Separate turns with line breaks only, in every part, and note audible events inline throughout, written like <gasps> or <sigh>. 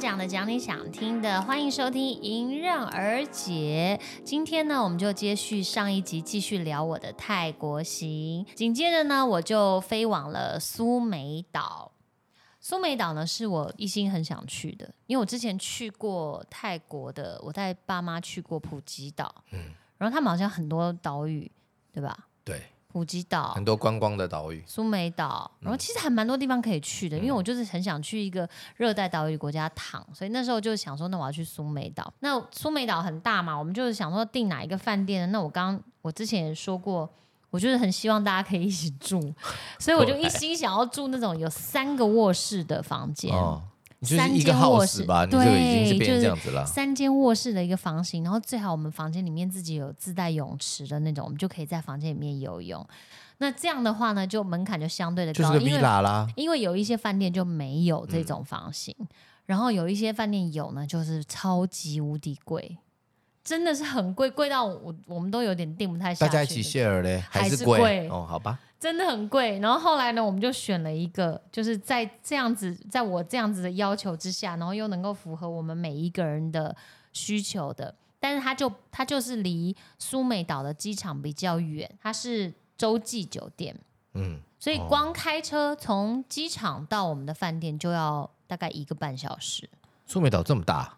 讲的讲你想听的，欢迎收听迎刃而解。今天呢，我们就接续上一集，继续聊我的泰国行。紧接着呢，我就飞往了苏梅岛。苏梅岛呢，是我一心很想去的，因为我之前去过泰国的，我带爸妈去过普吉岛，然后他们好像很多岛屿，对吧？
对，
普吉岛、
很多观光的岛屿，
苏梅岛，然
嗯
后其实还蛮多地方可以去的，因为我就是很想去一个热带岛屿国家躺，所以那时候就想说，那我要去苏梅岛。那苏梅岛很大嘛，我们就是想说订哪一个饭店呢？那我刚我之前也说过，我就是很希望大家可以一起住，所以我就一心想要住那种有三个卧室的房间。
哦，你就是
三
一个
间卧
house
室
吧，你这个已经
对
是变
就是
成这样子了。
三间卧室的一个房型，然后最好我们房间里面自己有自带泳池的那种，我们就可以在房间里面游泳。那这样的话呢，就门槛就相对的
就是
高，
个
因为
villa 啦，
因为有一些饭店就没有
嗯
这种房型，然后有一些饭店有呢，就是超级无敌贵，真的是很贵，贵到我我们都有点定不太下
大
去。
家一起 share 嘞，
还
还
是
是
贵
贵哦，好吧，
真的很贵。然后后来呢，我们就选了一个，就是在这样子，在我这样子的要求之下，然后又能够符合我们每一个人的需求的。但是它就它就是离苏梅岛的机场比较远，它是洲际酒店。
嗯，
所以光开车从机场到我们的饭店就要大概一个半小时。
苏梅岛这么大，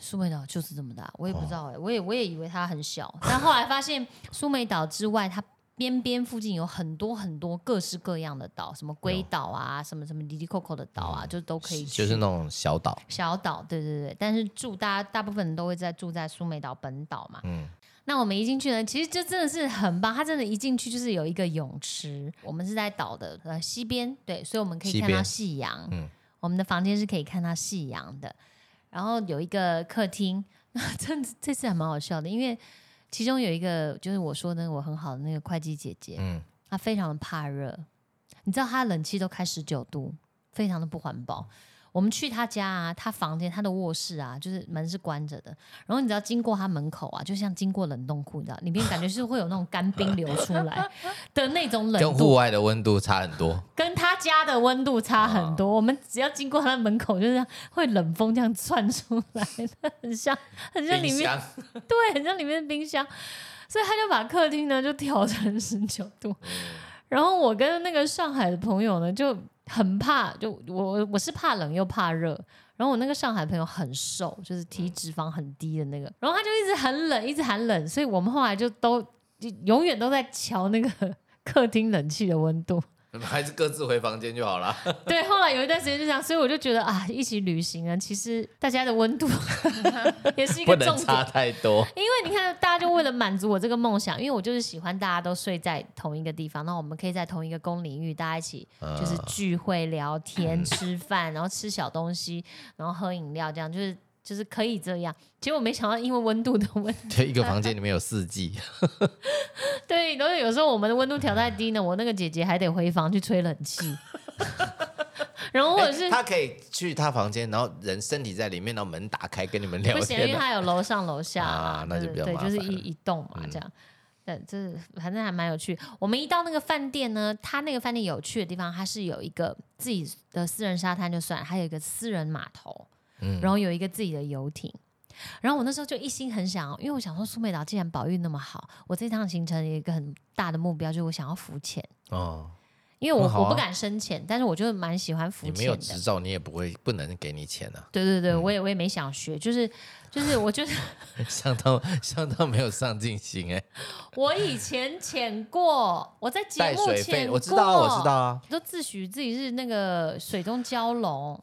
苏梅岛就是这么大，我也不知道哎、我也我也以为它很小，但后来发现苏梅岛之外，它边边附近有很多很多各式各样的岛，什么龟岛啊，什么什么滴滴扣扣的岛啊，就都可以去。
就是那种小岛，
小岛，对对对，但是住大家大部分人都会在住在苏梅岛本岛嘛。
嗯
那我们一进去呢，其实就真的是很棒，它真的，一进去就是有一个泳池，我们是在岛的呃西边，对，所以我们可以
西
看
边
到夕阳。
嗯
我们的房间是可以看到夕阳的，然后有一个客厅， <laughs> 真的这次还蛮好笑的，因为其中有一个就是我说的我很好的那个会计姐姐，
嗯，
她非常的怕热，你知道她冷气都开十九度，非常的不环保。我们去她家啊，她房间、她的卧室啊，就是门是关着的，然后你只要经过她门口啊，就像经过冷冻库，你知道里面感觉是会有那种干冰流出来的那种冷
跟
度
户，外的温度差很
<laughs>
多，
跟他家的温度差很多。我们只要经过他的门口，就是会冷风这样窜出来，很像很像里
冰
面
箱 <laughs>
<laughs> 对，很像里面的冰箱，所以他就把客厅呢就调成 <laughs> 十九度。
嗯
然后我跟那个上海的朋友呢就很怕，就我我是怕冷又怕热。然后我那个上海朋友很瘦，就是体
嗯
脂肪很低的那个，然后他就一直很冷，一直很冷，所以我们后来就都就永远都在瞧那个 <laughs> 客厅冷气的温度。 <laughs>
你们还是各自回房间就好了。
对，后来有一段时间就这样，所以我就觉得啊，一起旅行啊，其实大家的温度 <laughs> 也
<laughs>
是一
不
个
能
重
差
点。
太多。
因为你看，大家就为了满足我这个梦想，因为我就是喜欢大家都睡在同一个地方，那我们可以在同一个公领域，大家一起 <laughs>
呃
就是聚会、聊天、吃饭，然后吃小东西，然后喝饮料，这样就是就是可以这样。结果没想到，因为温度的问题，
就一个房间里面有四季，
对，然后有时候我们的温度调太低呢，我那个姐姐还得回房去吹冷气， <laughs> 然 <laughs> 后或者是、
哎他可以去他房间，然后人身体在里面，然后门打开跟你们聊
不行，因为
天啊。
它有楼上楼下嘛
啊那就
对
比较
对，
麻
就是
烦
一
了嗯
一栋嘛，这样。对，这反正还蛮有趣。我们一到那个饭店呢，它那个饭店有趣的地方，它是有一个自己的私人沙滩就算了，还有一个私人码头，
嗯
然后有一个自己的游艇。然后我那时候就一心很想，因为我想说苏梅岛既然保育那么好，我这趟行程有一个很大的目标，就是我想要浮潜，
哦，
因为我、
很好
我不
啊
敢深潜，但是我就蛮喜欢浮
你
潜的。
没有执照，你也不会不能给你钱啊，
对对对，我也我也没想学，就是就是我就是
<laughs> 相当相当没有上进心哎。
<laughs> 我以前潜过，我在节
带
目
水
潜
费
过，
我知道啊，我知道，啊，
都自诩自己是那个水中蛟龙。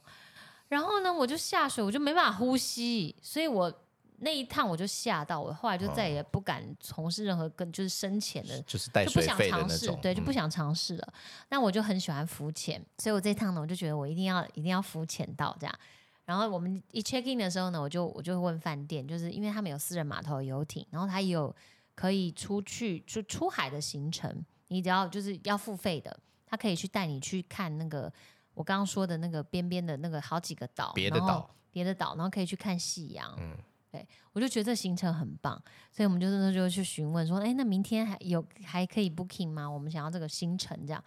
然后呢，我就下水，我就没办法呼吸，所以我那一趟我就吓到，我后来就再也不敢从事任何跟就是深潜的
就是带
就不
水
想
费的
尝
那
试
种，，
对，就不
嗯
想尝试了。那我就很喜欢浮潜，所以我这趟呢，我就觉得我一定要一定要浮潜到这样。然后我们一 check in 的时候呢，我就我就会问饭店，就是因为他们有私人码头、游艇，然后他也有可以出去就出海的行程，你只要就是要付费的，他可以去带你去看那个我刚刚说的那个边边的那个好几个岛，
别的
然后
岛
别的岛，然后可以去看夕阳。
嗯
对，我就觉得这行程很棒，所以我们就那时候就去询问说，哎，那明天还有还可以 booking 吗？我们想要这个行程这样。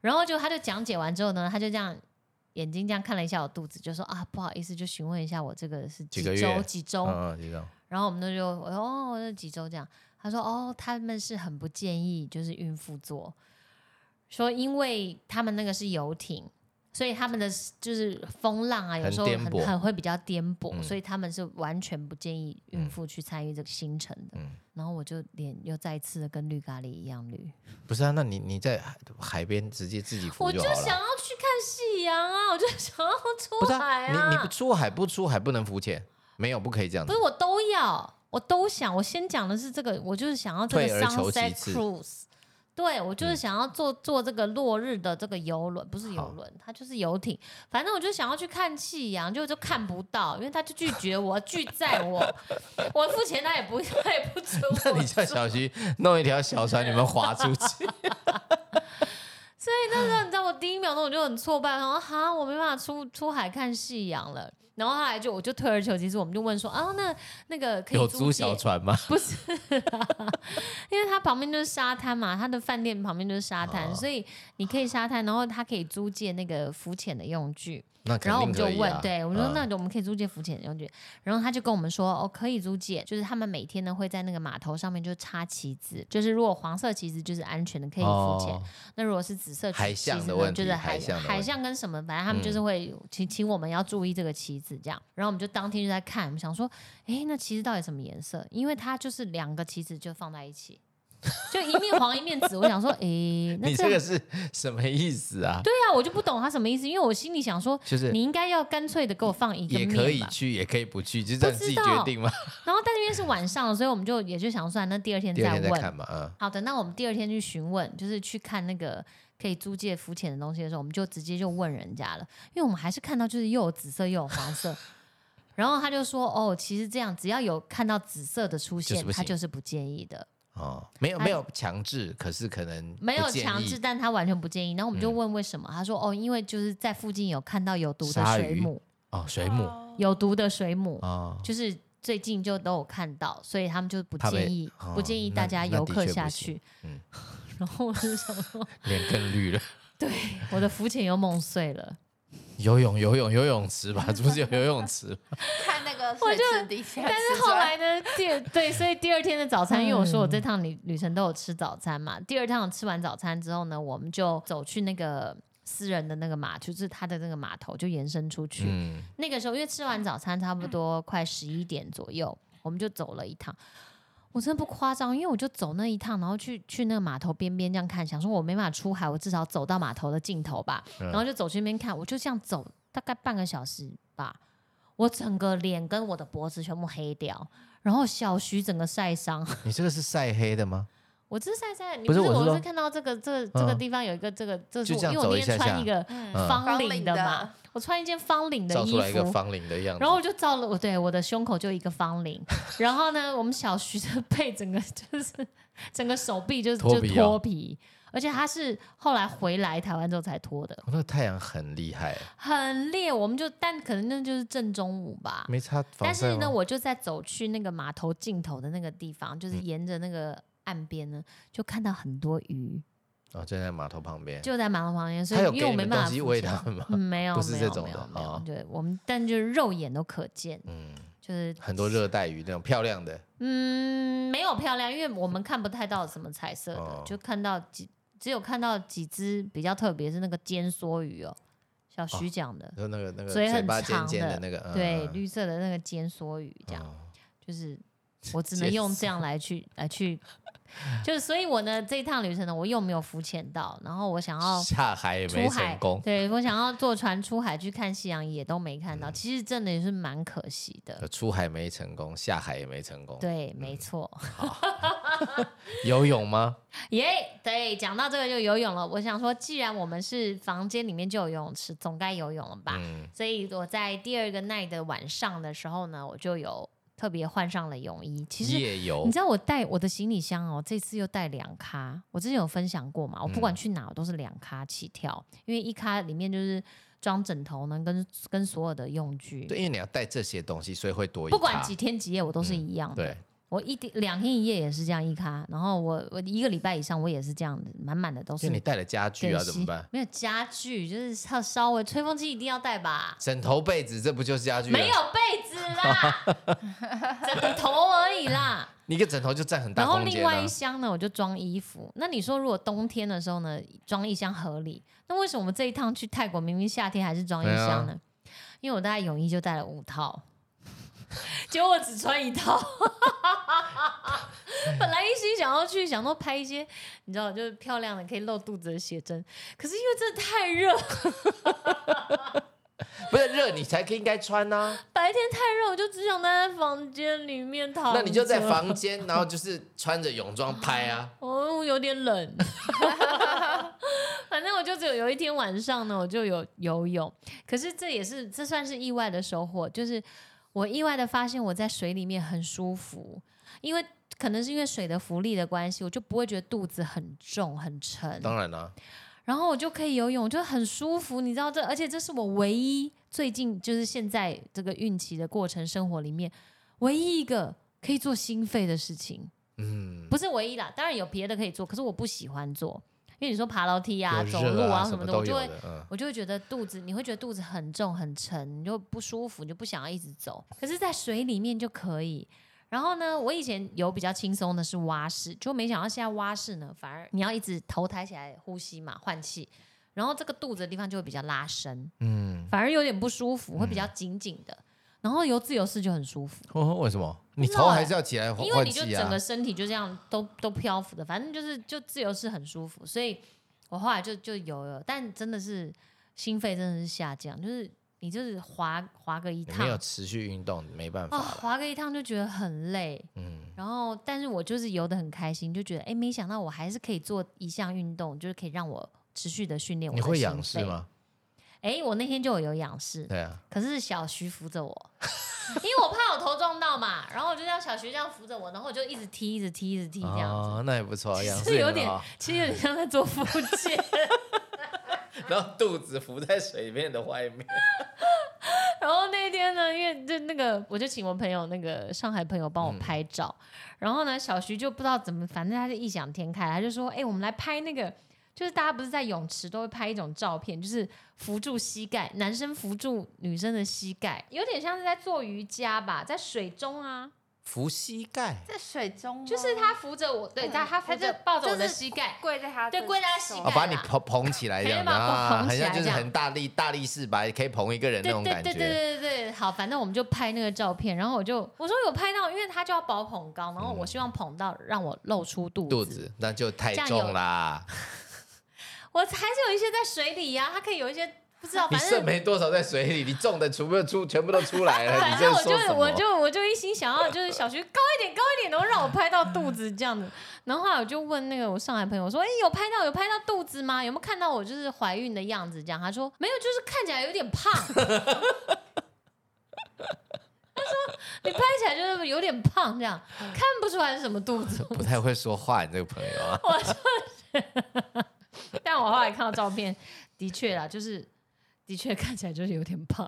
然后就他就讲解完之后呢，他就这样眼睛这样看了一下我肚子，就说啊，不好意思，就询问一下我这个是
几个月
周几周，
嗯嗯，知道。
然后我们都就我说哦，这几周这样。他说哦，他们是很不建议就是孕妇做，说因为他们那个是游艇，所以他们的就是风浪啊，有
很
时候很
颠簸
很会比较颠簸，
嗯
所以他们是完全不建议孕妇去参与这个行程的。
嗯
然后我就脸又再次的跟绿咖喱一样绿，
不是啊，那你你在海海边直接自己
我
扶
就
好
想
了。
要去看夕阳啊，我就想要
不
出
是
海
啊，
啊，
你你不出海不出海不能浮潜，没有不可以这样
不
子
是。我都要，我都想。我先讲的是这个，我就是想要这个
退而求其
sunset
次
cruise。对，我就是
嗯
想要坐坐这个落日的这个游轮，不是游
好
轮，它就是游艇。反正我就想要去看夕阳，就就看不到，因为他就拒绝我，拒载
<laughs>
我，我付钱他也不他也不准
那
我
你叫小徐弄一条小船，你们划出去。
所以那时候你知道，我第一秒钟我就很挫败，然后哈，我没办法出出海看夕阳了。然后后来就我就退而求其次，我们就问说啊，那那个 <laughs> 可以
有
租
租
借
小船
<laughs>
吗？
不是、啊，因为它旁边就是沙滩嘛，它的饭店旁边就是沙滩，
哦
所以你可以沙滩，然后它可以租借那个浮潜的用具。
那肯
然后我
定
们就
可以
问，
啊。
对我们说
嗯
那我们可以租借浮潜用具，然后他就跟我们说哦可以租借，就是他们每天呢会在那个码头上面就插旗子，就是如果黄色旗子就是安全的可以浮潜，
哦
那如果是紫色旗
海
旗
象
子
的
呢
问
就是
题
海
海象的
海
问题嗯
象跟什么，反正他们就是会请、请我们要注意这个旗子这样。然后我们就当天就在看，我们想说，诶，那旗子到底什么颜色？因为它就是两个旗子就放在一起，就一面黄一面紫。我想说，诶，那
你
这
这个是 <laughs> 什么意思啊？
对啊，我就不懂它什么意思，因为我心里想说，
就是
你应该要干脆的给我放一个
也
面
可以
吧。
去，也可以不去，就是让
不
你自
知
己
道
决定嘛。
然后但是因为是晚上，所以我们就也就想算，那第二天
第
再
二天
问。
再看嘛，嗯。
好的，那我们第二天去询问，就是去看那个可以租借浮潜的东西的时候，我们就直接就问人家了，因为我们还是看到就是又有紫色又有黄色， <laughs> 然后他就说哦，其实这样只要有看到紫色的出
就是
现，
不
他
行
就是不建议的，
哦，没有
他
没有强制，可是可能
哎没有
不建
强
议嗯
制，但他完全不建议。然后我们就问为什么，他说哦，因为就是在附近有看到有毒的
鲨
水
鱼
母，
哦，水母
有毒的水母，
哦，
就是最近就都有看到，所以他们就不
怕被
建议、
哦
不建议
那
大家
那
游
的
客
确不
下
行
去。
嗯
<laughs> 然后我就想说，
脸更绿了。
我的浮潜又梦碎了。
游泳游泳游泳
<laughs>
池吧，这不是有游泳池吗？
看那个
我
水
就
池底下，
但是
啊
后来呢，第二对，所以第二天的早餐，因为我说我这趟旅旅程都有吃早餐嘛，第二趟吃完早餐之后呢，我们就走去那个私人的那个码，就是他的那个码头就延伸出去。
嗯，
那个时候因为吃完早餐差不多快十一点左右，我们就走了一趟。我真的不夸张，因为我就走那一趟，然后去去那个码头边边这样看，想说我没办法出海，我至少走到码头的尽头吧。
嗯
然后就走去那边看，我就这样走大概半个小时吧，我整个脸跟我的脖子全部黑掉，然后小徐整个晒伤。 <laughs>
你这个是晒黑的吗？
我这是晒晒，你
不是我是
我
说
是看到这个这个这个
嗯
地方有一个这个，这是
就
我
这样
因为我
走
那
一
天
下
穿
下
一个
嗯，
嗯
方
方
领
领
的
的啊
嘛，我穿一件方领的
照
衣
出来一个
服。
方领的样子，
然后我就照了我对我的胸口就一个方
<laughs>
领，然后呢，我们小徐的 <laughs> 背整个就是整个手臂就是
脱
就
皮哦
脱皮，而且他是后来回来台湾之后才脱的，
哦那个太阳很厉害，
很烈。我们就但可能那就是正中午吧。
没擦
但
防晒
是呢，
吗？
我就在走去那个码头尽头的那个地方，
嗯
就是沿着那个岸边呢，就看到很多鱼，
哦，就在码头旁边，
就在码头旁边，所以
他有
因为
给
我
你
没
们
办
东
法
西
浮
喂
潜
他们吗？
嗯没有，
不是
没
这
有
种
没有
的
没有
哦
对我们，但就是肉眼都可见，
嗯，
就是
很多热带鱼那种漂亮的，
嗯，没有漂亮，因为我们看不太到什么彩色的，
哦
就看到几，只有看到几只比较特别，是那个尖梭鱼哦，小徐讲的，
然后那个那个
嘴很
巴
长
尖尖
的
那个，嗯
对，
嗯
绿色的那个尖梭鱼，这样、
哦
就是我
<laughs>
只能用这样来去来去，就是所以我呢这一趟旅程呢，我又没有浮潜到，然后我想要
下海也
出
没
海
成功，，
对我想要坐船出海去看夕阳也都没看到，其实真的也是蛮可惜的，
呃出海嗯没嗯成功，下海也没成功，
对，没错。
游泳吗？
耶对，讲到这个就游泳了。我想说，既然我们是房间里面就有游泳池，总该游泳了吧？
嗯，
所以我在第二个 night 的晚上的时候呢，我就有特别换上了泳衣。其实
夜游
你知道我带我的行李箱哦，这次又带两咖。我之前有分享过嘛，我
嗯
不管去哪，我都是两咖起跳，因为一咖里面就是装枕头呢，跟跟所有的用具，
对，因为你要带这些东西，所以会多一
不管
趴
几天几夜，我都是一样的。
对，
我一天两天一夜也是这样一咖，然后我我一个礼拜以上我也是这样子，满满的都是
就你带了家具啊，
给
怎
吸
么办？
没有家具，就是要稍微吹风机一定要带吧。
枕头、被子，这不就是家具？啊
没有，被子啦，
<laughs>
枕头而已啦。
你一个枕头就占很大
然后
空间
另外
啊
一。箱呢，我就装衣服。那你说如果冬天的时候呢，装一箱合理？那为什么我们这一趟去泰国，明明夏天还是装一
啊
箱呢？因为我大概泳衣就带了五套， <laughs> 结果我只穿一套。 <laughs> 本来一心想要去，想说拍一些你知道，就是漂亮的可以露肚子的写真，可是因为真的太热，
不是热，你才应该穿呐、啊。
白天太热，我就只想待在房间里面躺。
那你就在，房间，
<laughs>
然后就是穿着泳装拍啊。
哦，有点
<laughs>
冷。 <laughs> 反正我就只有有一天晚上呢，我就有游泳，可是这也是这算是意外的收获，就是我意外的发现我在水里面很舒服，因为可能是因为水的浮力的关系，我就不会觉得肚子很重很沉。
当然啦、
然后我就可以游泳，就很舒服，你知道这，而且这是我唯一最近就是现在这个孕期的过程生活里面唯一一个可以做心肺的事情，
嗯，
不是唯一啦，当然有别的可以做，可是我不喜欢做，因为你说爬楼梯啊、
有
走
热
路
啊
什
什
么的，
都
我就
有
会
的。嗯，
我就会觉得肚子，你会觉得肚子很重很沉，你就不舒服，你就不想要一直走。可是，在水里面就可以。然后呢，我以前有比较轻松的是蛙式，就没想到现在蛙式呢，反而你要一直头抬起来呼吸嘛，换气，然后这个肚子的地方就会比较拉伸，
嗯，
反而有点不舒服，会比较紧紧的。然后游自由式就很舒服，
哦，为什么？你
不知道
头还
欸
是要起来换
因为
换
你就
气
整
啊
个？身体就这样都都漂浮的，反正就是就自由式很舒服，所以我后来就就游了，但真的是心肺真的是下降，就是你就是滑滑个一
你没有
趟，
持续运动，没办
哦，
法了。
滑个一趟就觉得很累，
嗯，
然后但是我就是游的很开心，就觉得哎，诶没想到我还是可以做一项运动，就是可以让我持续的训练我
你
的
会
心
仰视
肺？
吗？
哎，我那天就有有仰视，
对啊，
可是小徐扶着我， <laughs> 因为我怕我头撞到嘛，然后我就让小徐这样扶着我，然后我就一直踢，一直踢，一直踢这样子。
哦，那也不错，仰视
是
也
有
很
点
好，
其实有点像在做复健，
然后肚子浮在水面的外面。
<laughs> 然后那天呢，因为就那个，我就请我朋友那个上海朋友帮我
嗯
拍照，然后呢，小徐就不知道怎么，反正他就异想天开，他就说：“哎、我们来拍那个，就是大家不是在泳池都会拍一种照片，就是扶住膝盖，男生扶住女生的膝盖，有点像是在做瑜伽吧，在水中啊，
扶膝盖，
在水中吗
就是他扶着我，对，
嗯
他他扶
他
着
就
抱着我的
就是
膝盖，
跪在他的
对跪在他膝盖
啊，
手
把你
啦
捧捧起来
可
这
以
样子
把我
啊，
捧
很
起
像
来
就是
这样
很大力大力士吧，可以捧一个人那
对
种
对
感
对对
觉。
对对对，好，反正我们就拍那个照片，然后我就我说有拍到，因为他就要保捧高，然后我希望捧到让我露出肚子，
嗯肚子那就太
这样有哦
重啦，
我还是有一些在水里呀、它可以有一些不知道，
你
反
剩
正
没多少在水里，你重的全部都出全部都出来
<laughs>
哎了，你
反
这
正我
说什
就我
么？
就我就一心想要就是小徐高一点高一点，然后让我拍到肚子这样子，然后后来我就问那个我上海朋友我说，哎、有拍到有拍到肚子吗？有没有看到我就是怀孕的样子？这样他说没有，就是看起来有点胖。 <laughs> 他说你拍起来就是有点胖，这样看不出来是什么肚子。 <laughs>
不太会说话，你这个朋友啊，
但我后来看到照片，的确啦，就是的确看起来就是有点胖，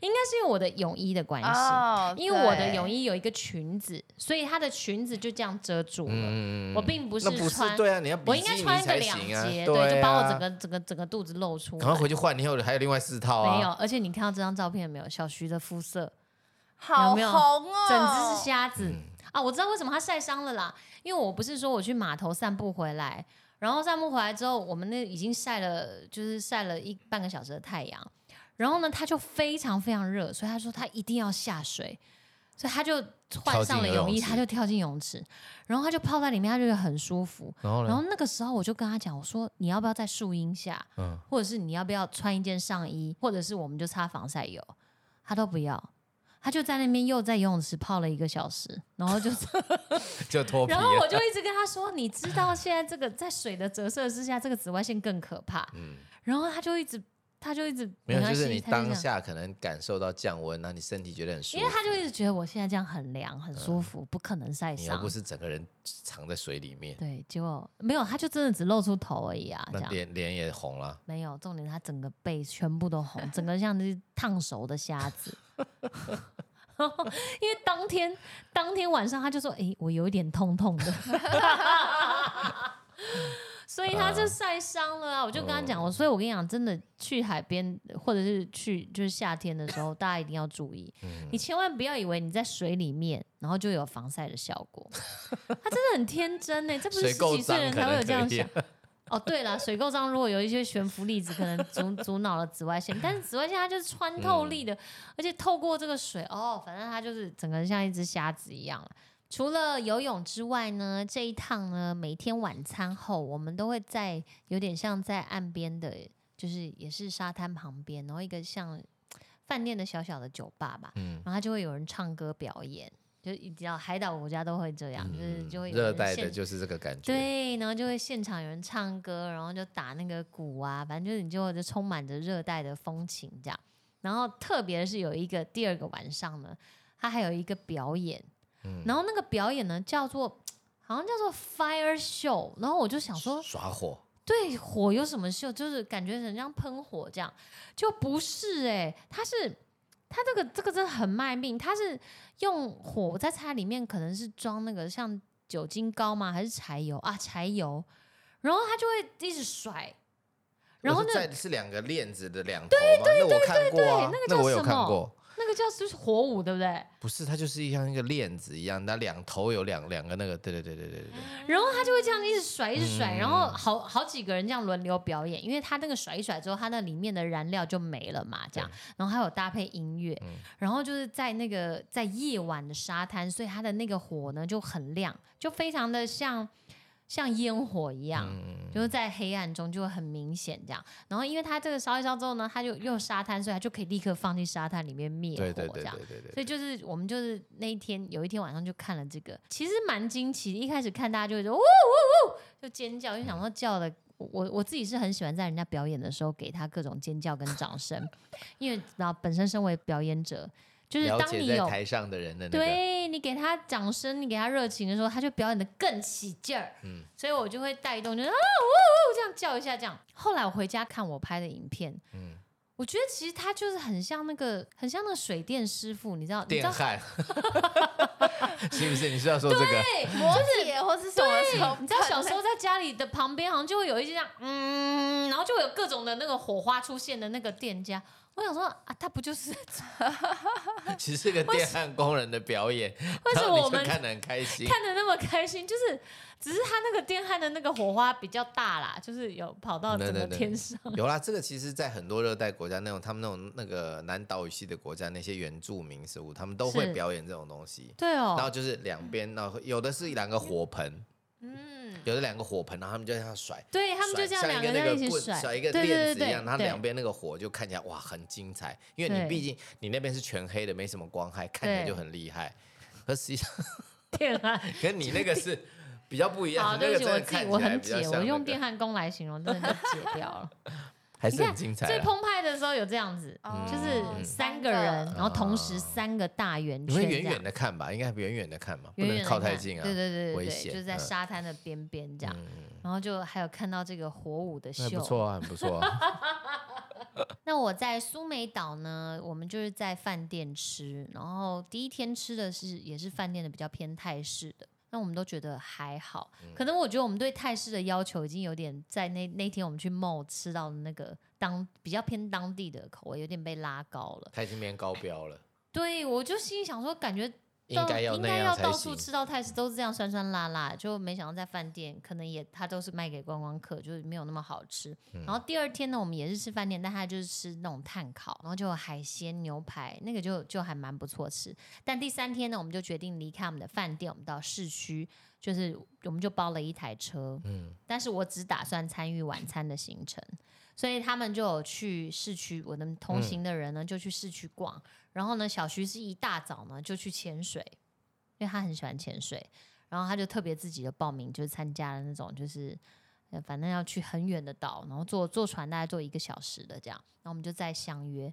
应该是因为我的泳衣的关系。
啊
哦，
因为我的泳
衣
衣有一个裙子，所以它的裙子就这样遮住了。
嗯，
我并不是
那不
穿，
对啊，你要比
我应
基
该
尼
穿一个
才
两
行啊，
截，
对啊，
就把我整个整个整个肚子露出来
赶快。回去换，你有还有另外四套
没有，
啊，
而且你看到这张照片没有？小徐的肤色有
好
没有
红哦，
整只是瞎子、
嗯
啊！我知道为什么他晒伤了啦，因为我不是说我去码头散步回来，然后散步回来之后，我们那已经晒了，就是晒了一半个小时的太阳，然后呢，他就非常非常热，所以他说他一定要下水，所以他就换上了泳
跳进游泳
衣，
池
他就跳进泳池，然后他就泡在里面，他就觉得很舒服。
然后
然
呢，
后那个时候我就跟他讲，我说你要不要在树荫下，
嗯，
或者是你要不要穿一件上衣，或者是我们就擦防晒油，他都不要，他就在那边又在游泳池泡了一个小时，然
<laughs>
后就，
就脱皮啊
然后我
了，
就一直跟他说，你知道现在这个在水的折射之下，这个紫外线更可怕，
嗯，
然后他就一直，他就一直
没有，
关
就是
系
你
他这
当
样
下可能感受到降温，那你身体觉得很舒服，
因为他就一直觉得我现在这样很凉很舒服，不可能晒
嗯你又
伤
不。是整个人藏在水里面，
对，结果没有，他就真的只露出头而已啊，这
那
样。
脸脸也红了。
没有，重点他整个背全部都红，整个像是烫熟的虾子。 <laughs> 然后因为当天当天晚上他就说：“诶，我有一点痛痛的。” <laughs> 所以
嗯
他就晒伤了啊！我就跟他
哦
讲，我所以我跟你讲，真的去海边或者是去就是夏天的时候，大家一定要注意，
嗯
你千万不要以为你在水里面，然后就有防晒的效果。他真的很天真欸呢，这不是
水
十
够
几岁
脏
人
可
才会有
能
这样
可
想
以。，
哦，对了，水垢脏如果有一些悬浮粒子，可能阻
<laughs>
阻挠了紫外线，但是紫外线它就是穿
嗯
透力的，而且透过这个水，哦，反正它就是整个人像一只瞎子一样了。除了游泳之外呢，这一趟呢，每天晚餐后，我们都会在有点像在岸边的，就是也是沙滩旁边，然后一个像饭店的小小的酒吧吧，
嗯，
然后它就会有人唱歌表演，就是你知道海岛国家都会这样，嗯就是就会有
嗯热
人
带
现
的就是这个感觉，，
对，然后就会现场有人唱歌，然后就打那个鼓啊，反正就是你就就充满着热带的风情这样。然后特别是有一个第二个晚上呢，它还有一个表演，
嗯
然后那个表演呢叫做好像叫做 fire show，然后我就想说，
耍火，
对火有什么秀？就是感觉很像喷火这样，就不是哎、它是。它这个这个真的很卖命，它是用火，我在猜里面可能是装那个像酒精膏吗？还是柴油啊？柴油，然后它就会一直甩，然后
我是
那
在是两个链子的两头吗？那我看过
对
啊，
对那个叫
那我有
什
看
么
过，
那个叫就是火舞，对不对？
不是，它就是像一个链子一样，那两头有两两个那个，对对对对对对对，
然后他就会这样一直甩，一直甩，
嗯
然后好好几个人这样轮流表演，因为他那个甩一甩之后，他那里面的燃料就没了嘛，这样，然后还有搭配音乐，
嗯
然后就是在那个在夜晚的沙滩，所以它的那个火呢就很亮，就非常的像像烟火一样。
嗯，
就是在黑暗中就会很明显这样，然后因为它这个烧一烧之后呢，它就又有沙滩，所以它就可以立刻放进沙滩里面灭火
对对
这
对
样。
对对对，
所以就是我们就是那一天有一天晚上就看了这个，其实蛮惊奇的。一开始看大家就会说呜呜呜，就尖叫，就想说叫的。我我自己是很喜欢在人家表演的时候给他各种尖叫跟掌声，
<laughs>
因为然后本身身为表演者，就是
了
当
解
你
在
有
台上的人的那个，
对你给他掌声，你给他热情的时候，他就表演的更起劲儿。
嗯
所以我就会带动，就是啊呜呜这样叫一下这样。后来我回家看我拍的影片，
嗯，
我觉得其实他就是很像那个，很像那个水电师傅，你知道？你知
电
道 <laughs>
焊，是不是？你是要说这个？
摩铁或是什么时候？
你知道小时候在家里的旁边好像就会有一些这样，嗯，然后就会有各种的那个火花出现的那个店家。我想说啊，他不就是？
<laughs> 其实是个电焊工人的表演，
啊为什么
然后你
我
就
们
看得很开
<laughs>
心？
看的那么开心，就是只是他那个电焊的那个火花比较大啦，就是有跑到整个
对对对
天上。
有啦，这个其实，在很多热带国家，那种他们那种那个南岛语系的国家，那些原住民食物，他们都
是
会表演这种东西。
对哦，
然后就是两边，然后有的是两个火盆，
嗯，
有的两个火盆，然后他们就这样甩，
对他们就
甩
这样
像
两
一个
人
那
一起
个棍
甩，
甩一个
对
链
对对
子一
对
样，它
对
两边那个火就看起来哇很精彩，因为
对
你毕竟你那边是全黑的，没什么光害，看起来就很厉害。可实际上，
电焊。
跟你那个是比较 <laughs> 不一样，
好，
你那
对
个
不起，
真
我自己我
的看起来
很
比较
解，
像
我
那
用
个
电焊工来形容，真的就解掉
<laughs>
了。
还
你
是很
看
精彩啊
最
啦。
澎湃的时候有这样子，
哦
就是三个人，然后同时三个大圆
嗯哦你
圈
会
这样，
远远的看吧，应该远远的看嘛，不
远远
能
地
靠太
看
近啊，
对对对对
危
对，
险。
就是在
嗯
沙滩的边边这样，然后就还有看到这个火舞的
那
秀，
不错啊，很不错啊。
<laughs> 那我在苏梅岛呢，我们就是在饭店吃，然后第一天吃的是也是饭店的比较偏泰式的，那我们都觉得还好，
嗯
可能我觉得我们对泰式的要求已经有点在那那天我们去 mall 吃到的那个当比较偏当地的口味有点被拉高了，
他已经变高标了，
对我就心里想说，感觉
应
到
该要
应
那
该
样
要
才
到处
行。
吃到泰式都是这样酸酸辣辣，就没想到在饭店可能也它都是卖给观光客，就是没有那么好吃。然后
嗯
第二天呢，我们也是吃饭店，但它就是吃那种炭烤，然后就有海鲜牛排，那个就就还蛮不错吃。但第三天呢，我们就决定离开我们的饭店，我们到市区，就是我们就包了一台车，
嗯，
但是我只打算参与晚餐的行程，所以他们就有去市区，我们同行的人呢、就去市区逛，然后呢，小徐是一大早呢就去潜水，因为他很喜欢潜水，然后他就特别自己的报名，就是参加了那种就是。呃反正要去很远的岛，然后坐坐船大概坐一个小时的这样，然后我们就再相约。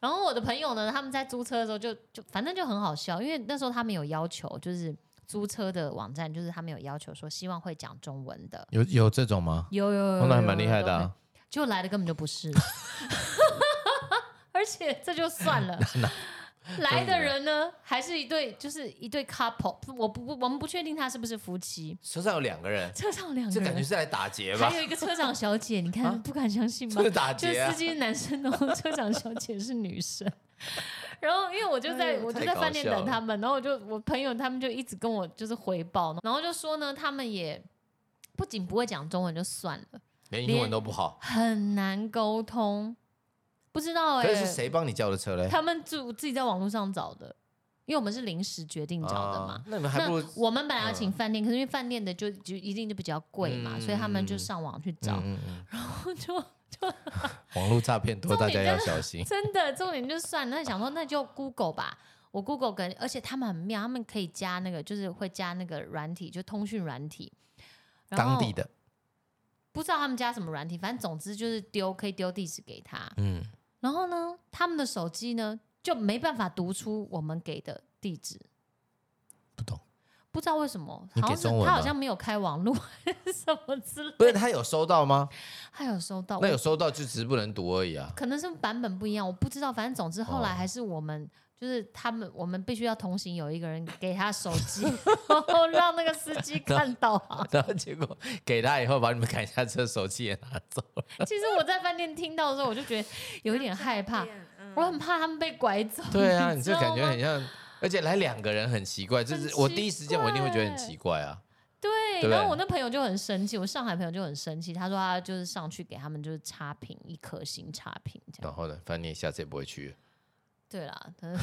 然后我的朋友呢，他们在租车的时候就就反正就很好笑，因为那时候他们有要求，就是租车的网站，就是他们有要求说希望会讲中文的，
有有这种吗？
有有有，
哦那还
有
蛮厉害的
有
啊，
<laughs>
<laughs>
就来的根本就不是，而且这就算了。来的人呢，还是一对，就是一对 couple，我不不，我们不确定他是不是夫妻。
车上有两个人，
车上 <laughs> 两
这
个
感觉
人，
是来打劫吧
还？有一个车长小姐，你看、
啊
不敢相信吧
真的？打
就是
劫啊
司！机是男生哦，车长小姐是女生。 <laughs> 然后，因为我就在、
哎呦
我就
太
在
搞
饭店
笑
等
了
他们，然后我就我朋友他们就一直跟我就是回报，然后就说呢，他们也不仅不会讲中文就算了，
连英文都不好，
很难沟通，不知道哎、
可是是谁帮你叫的车嘞？
他们自自己在网络上找的，因为我们是临时决定找的嘛。
啊那你们还
那
不如
我们本来要请饭店，可是因为饭店的就就一定就比较贵嘛，
嗯
所以他们就上网去找，
嗯嗯嗯
<laughs> 就
网络诈骗多，
重
大
点
家要小 <laughs> 心。
真的重点就算了，那想说那就 Google 吧。我 Google 跟，而且他们很妙，他们可以加那个，就是会加那个软体，就通讯软体。 <laughs> 然后
当地的，
不知道他们加什么软体，反正总之就是丢可以丢地址给他。
嗯，
然后呢，他们的手机呢就没办法读出我们给的地址，
不懂。
不知道为什么，
你
好
给
像是
中文
他好
吧
像没有开网络 <laughs> 还是什么之类的，
不是他有收到吗？
他有收到，
那有
啊我
收到就只是不能读而已啊。
可能是版本不一样，我不知道。反正总之后来
哦
还是我们、就是他们，我们必须要同行有一个人给他手
<laughs>
机，然后让那个司机看到啊。
然后结果给他以后，把你们砍下车，手机也拿走。
其实我在饭店听到的时候，我就觉得有一点害怕，，
嗯
我很怕他们被拐走。
对啊，
你
<laughs> 你
知
这
道
感觉
吗
很像，而且来两个人很奇怪，就
很
是
奇
我第一时间我一定会觉得很
怪
奇怪啊。
对，
对不
然后
对
我那朋友就很生气，我上海朋友就很生气，他说他就是上去给他们就是差评一颗星差评这样。
然后呢，反正你也下次也不会去了。
对啦，可能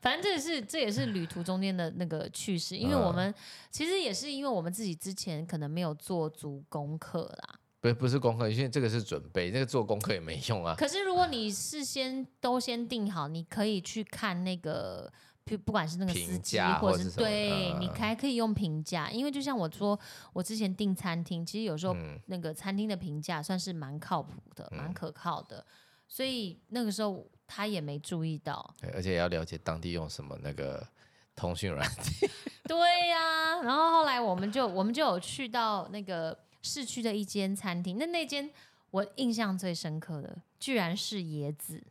反正这也是这也是旅途中间的那个趣事，因为我
嗯
们、其实也是因为我们自己之前可能没有做足功课啦。
不是不是功课，因为这个是准备，这个做功课也没用啊。
可是如果你事先都先定好，你可以去看那个。不不管是那个司
评
机，
价
或
或
者
是
是
什么的
对，
嗯
你还可以用评价，因为就像我说，我之前订餐厅，其实有时候
嗯，
那个餐厅的评价算是蛮靠谱的，蛮
嗯
可靠的，所以那个时候他也没注意到。
对， <laughs> 而且也要了解当地用什么那个通讯软 <laughs> 件。
对呀、然后后来我们就我们就有去到那个市区的一间餐厅，那那间我印象最深刻的，居然是椰子。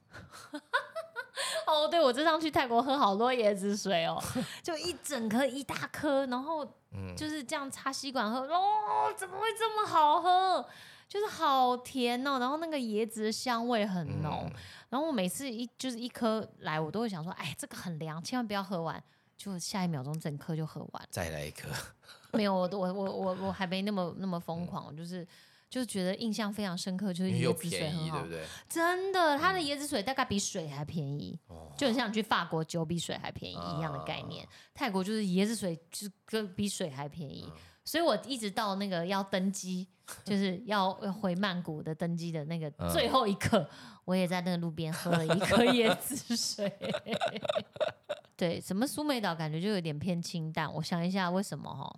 哦，对，我这趟去泰国喝好多椰子水哦，就一整颗一大颗，然后
嗯，
就是这样插吸管喝，哦，怎么会这么好喝？就是好甜哦，然后那个椰子的香味很浓，
嗯
然后我每次一就是一颗来，我都会想说，哎，这个很凉，千万不要喝完。就下一秒钟整颗就喝完，
再来一颗，
没有，我我我我我还没那么那么疯狂，我就是就是觉得印象非常深刻，就
<laughs> 嗯因
是
为又
椰子水
便
很
宜，对嗯
好
不，对？
真的，它的椰子水大概比水还便宜，
哦
就很像你去法国酒比水还便宜一样的概念。泰国就是椰子水就是跟比水还便宜，所以我一直到那个要登机，就是要要回曼谷的登机的那个
嗯
最后一刻，我也在那个路边喝了一颗椰子水。 <laughs> 对，什么苏梅岛感觉就有点偏清淡。我想一下为什么哈？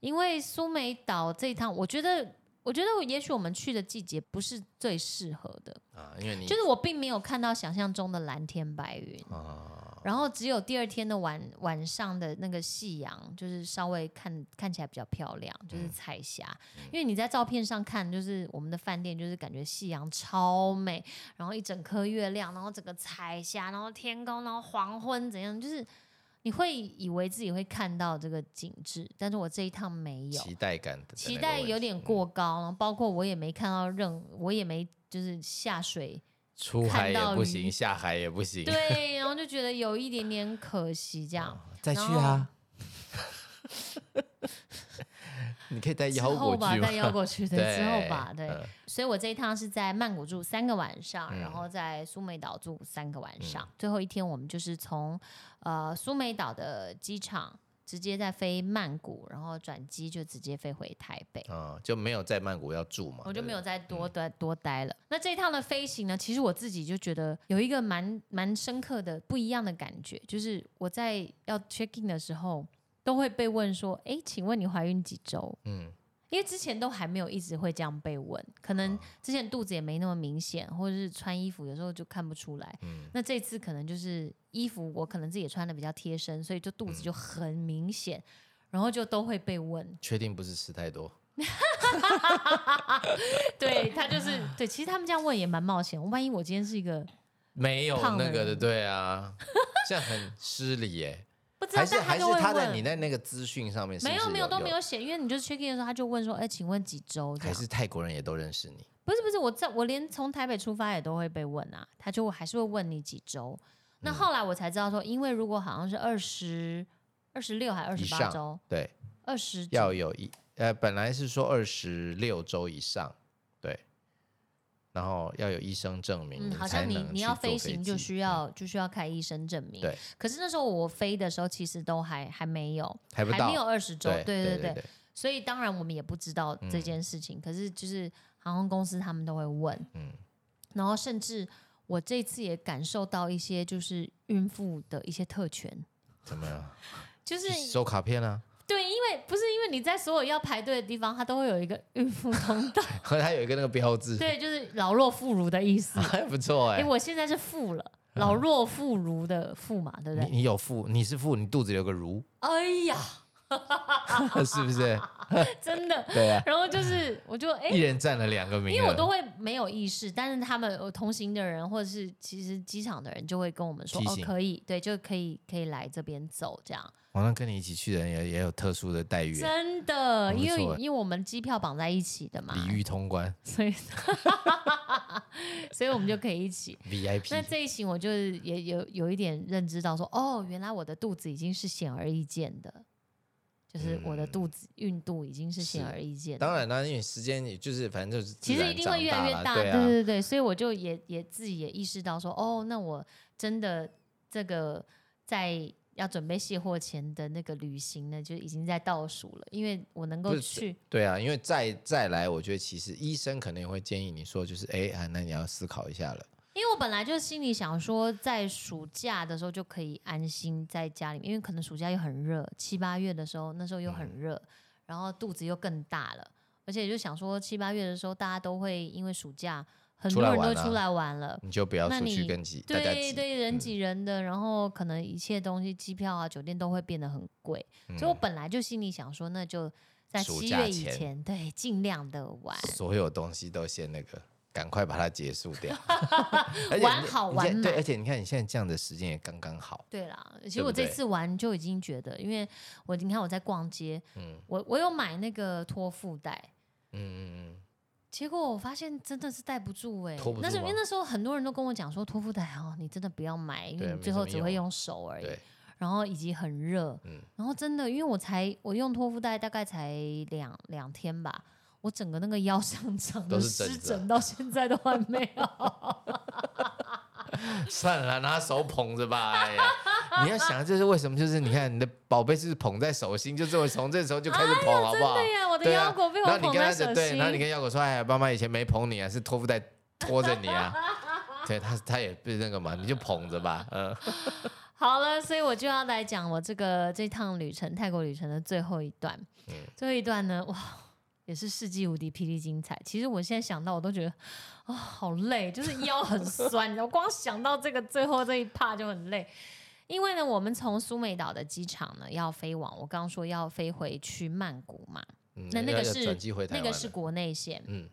因为苏梅岛这一趟，我觉得，我觉得也许我们去的季节不是最适合的，
啊，因为你
就是我并没有看到想象中的蓝天白云，
啊，
然后只有第二天的晚晚上的那个夕阳，就是稍微看看起来比较漂亮，
嗯
就是彩霞。因为你在照片上看，就是我们的饭店，就是感觉夕阳超美，然后一整颗月亮，然后整个彩霞，然后天空，然后黄昏怎样，就是你会以为自己会看到这个景致，但是我这一趟没有。
期待感的那嗯个问题，
期待有点过高，然后包括我也没看到任，我也没就是下水
出海
看到
也不
鱼
行，下海也不行，
对，然后就觉得有一点点可惜，这样
啊，再去
然
啊。 <laughs> 你可以带
之
腰
后
果
吧，
去
再邀
<laughs> 吗？
过去，对，之后吧，对。
嗯
所以我这一趟是在曼谷住三个晚上，
嗯
然后在苏梅岛住三个晚上，最后一天我们就是从呃苏梅岛的机场直接再飞曼谷，然后转机就直接飞回台北。
啊，就没有在曼谷要住嘛，
我就
对不
没有
对嗯
再多待、多待了。那这一趟的飞行呢，其实我自己就觉得有一个蛮蛮深刻的不一样的感觉，就是我在要 check in 的时候，都会被问说：“哎，请问你怀孕几周？”
嗯，
因为之前都还没有一直会这样被问，可能之前肚子也没那么明显，或者是穿衣服有时候就看不出来。
嗯
那这次可能就是衣服我可能自己也穿的比较贴身，所以就肚子就很明显，然后就都会被问。 <laughs>
确定不是吃太多，
对他就是对，其实他们这样问也蛮冒险。万一我今天是一个
没有
胖的
那个的，
人
对啊， <laughs> 这样很失礼耶。
不知道，
还是
啊但
还是
就会
他
问。
在你在那个资讯上面是不
没
是
有没
有
都没有，写，因为你就是 check in 的时候，他就问说：“哎，请问几周？”这
还
样
是泰国人也都认识你。
不是不是，我在我连从台北出发也都会被问啊，他就还是会问你几周。
嗯
那后来我才知道说，因为如果好像是二十二十六还二
以
十八
上
周，
对，
二十
要有一呃，本来是说二十六周以上，对，然后要有医生证明，
嗯，好
才
像你
能
你
去
要
坐
飞行就
机
需
嗯
要就需要开医生证明。
对。
可是那时候我飞的时候，其实都还还没有，
还不到
没有二十周。
对
对
对
对，所以当然我们也不知道这件事情，可是就是航空公司他们都会问，
嗯
然后甚至我这次也感受到一些就是孕妇的一些特权，
怎么样？
就是
去收卡片啊， <laughs>
对，因为不是因为你在所有要排队的地方，它都会有一个孕妇通道，
和它有一个那个标志，
对，就是老弱妇孺的意
<laughs>
思。
还不错
哎、
哎。
我现在是妇了，老弱妇孺的妇嘛，对不
嗯你
对？
你有腹，你是腹，你肚子有
<laughs>
个如，
哎呀，
是不是？
真的。
对啊，
然后就是，我就哎、
一人占了两个名额，
因为我都会没有意识，但是他们有同行的人，或者是其实机场的人就会跟我们说，
提
哦，
醒
可以，对，就可以可以来这边走这样。
好像跟你一起去的人也也有特殊的待遇耶，
真的，
很不
因为
错哎
因为我们机票绑在一起的嘛，
礼遇通关
所以 <laughs> 所以我们就可以一起。那
VIP，
这一行我就是也有有一点认知到说，哦，原来我的肚子已经是显而易见的，就是我的
嗯
肚子孕肚已经是显
是
而易见的。
当然啦，因为时间也就是反正就是
其
自
实
然
一定会
长
越来越
啦
大，
对
对
啊，
对对，所以我就也也自己也意识到说，哦，那我真的这个在要准备卸货前的那个旅行呢，就已经在倒数了，因为我能够
不是
去，
对啊，因为再再来，我觉得其实医生可能也会建议你说，就是哎啊，那你要思考一下了。
因为我本来就心里想说，在暑假的时候就可以安心在家里面，因为可能暑假又很热，七八月的时候那时候又
嗯
很热，然后肚子又更大了，而且就想说七八月的时候大家都会因为暑假很
出
多
来
人都
玩啊
出来玩了。
你就不要
那
出去
你
跟挤大家
对
挤，
对，人
嗯
挤人的，然后可能一切东西，机票啊、酒店都会变得很贵，所以我
嗯
本来就心里想说，那就在
暑
七
假
月以
前
前，对，尽量的玩，
所有东西都先那个，赶快把它结束
<laughs>
掉。而且你
玩好
你现
玩
对，
满
而且你看你现在这样的时间也刚刚好，
对啦，其
对
实我
不
这
对
次玩就已经觉得，因为我你看我在逛街，
嗯
我我有买那个托腹带，
嗯嗯
结果我发现真的是戴不住哎、
托不
那是
住啊
因为
吗
那时候很多人都跟我讲说托腹带哦，你真的不要买，因
对
为你
没
最
什
后
么
只会
用
用手而
嗯，
已。
对， <laughs>
然后以及很热，
嗯
然后真的，因为我才我用托腹带大概才两两天吧，我整个那个腰 <laughs> 上长
都
的
是疹
湿
子啊
疹到现在都还没有。
算了啦，拿手捧着吧。哎
<laughs>
呀，你要想这是为什么？就是你看你的宝贝是捧在手心，就这么从这时候就开始
<laughs>
捧，好不好？
对呀、我的
对啊
腰果被
然
我
后
捧
你跟
在
他
手
的对，
心
然，后你跟耀果说：“哎呀，妈妈以前没捧你啊，是 <laughs> 托福带拖着你
<laughs>
啊。”对他，他也不是那个嘛，你就捧着吧。嗯，
好了，所以我就要来讲我这个这趟旅程泰国旅程的最后一段。
嗯
最后一段呢，哇，也是世纪无敌霹雳精彩。其实我现在想到我都觉得啊、好累，就是腰很酸，
<laughs>
你知道，光想到这个最后这一趴就很累。因为呢，我们从苏梅岛的机场呢要飞往，我刚刚说要飞回去曼谷嘛，
嗯
那那个
要要
是
转机回台
那
湾
个
了，
是国内线。
嗯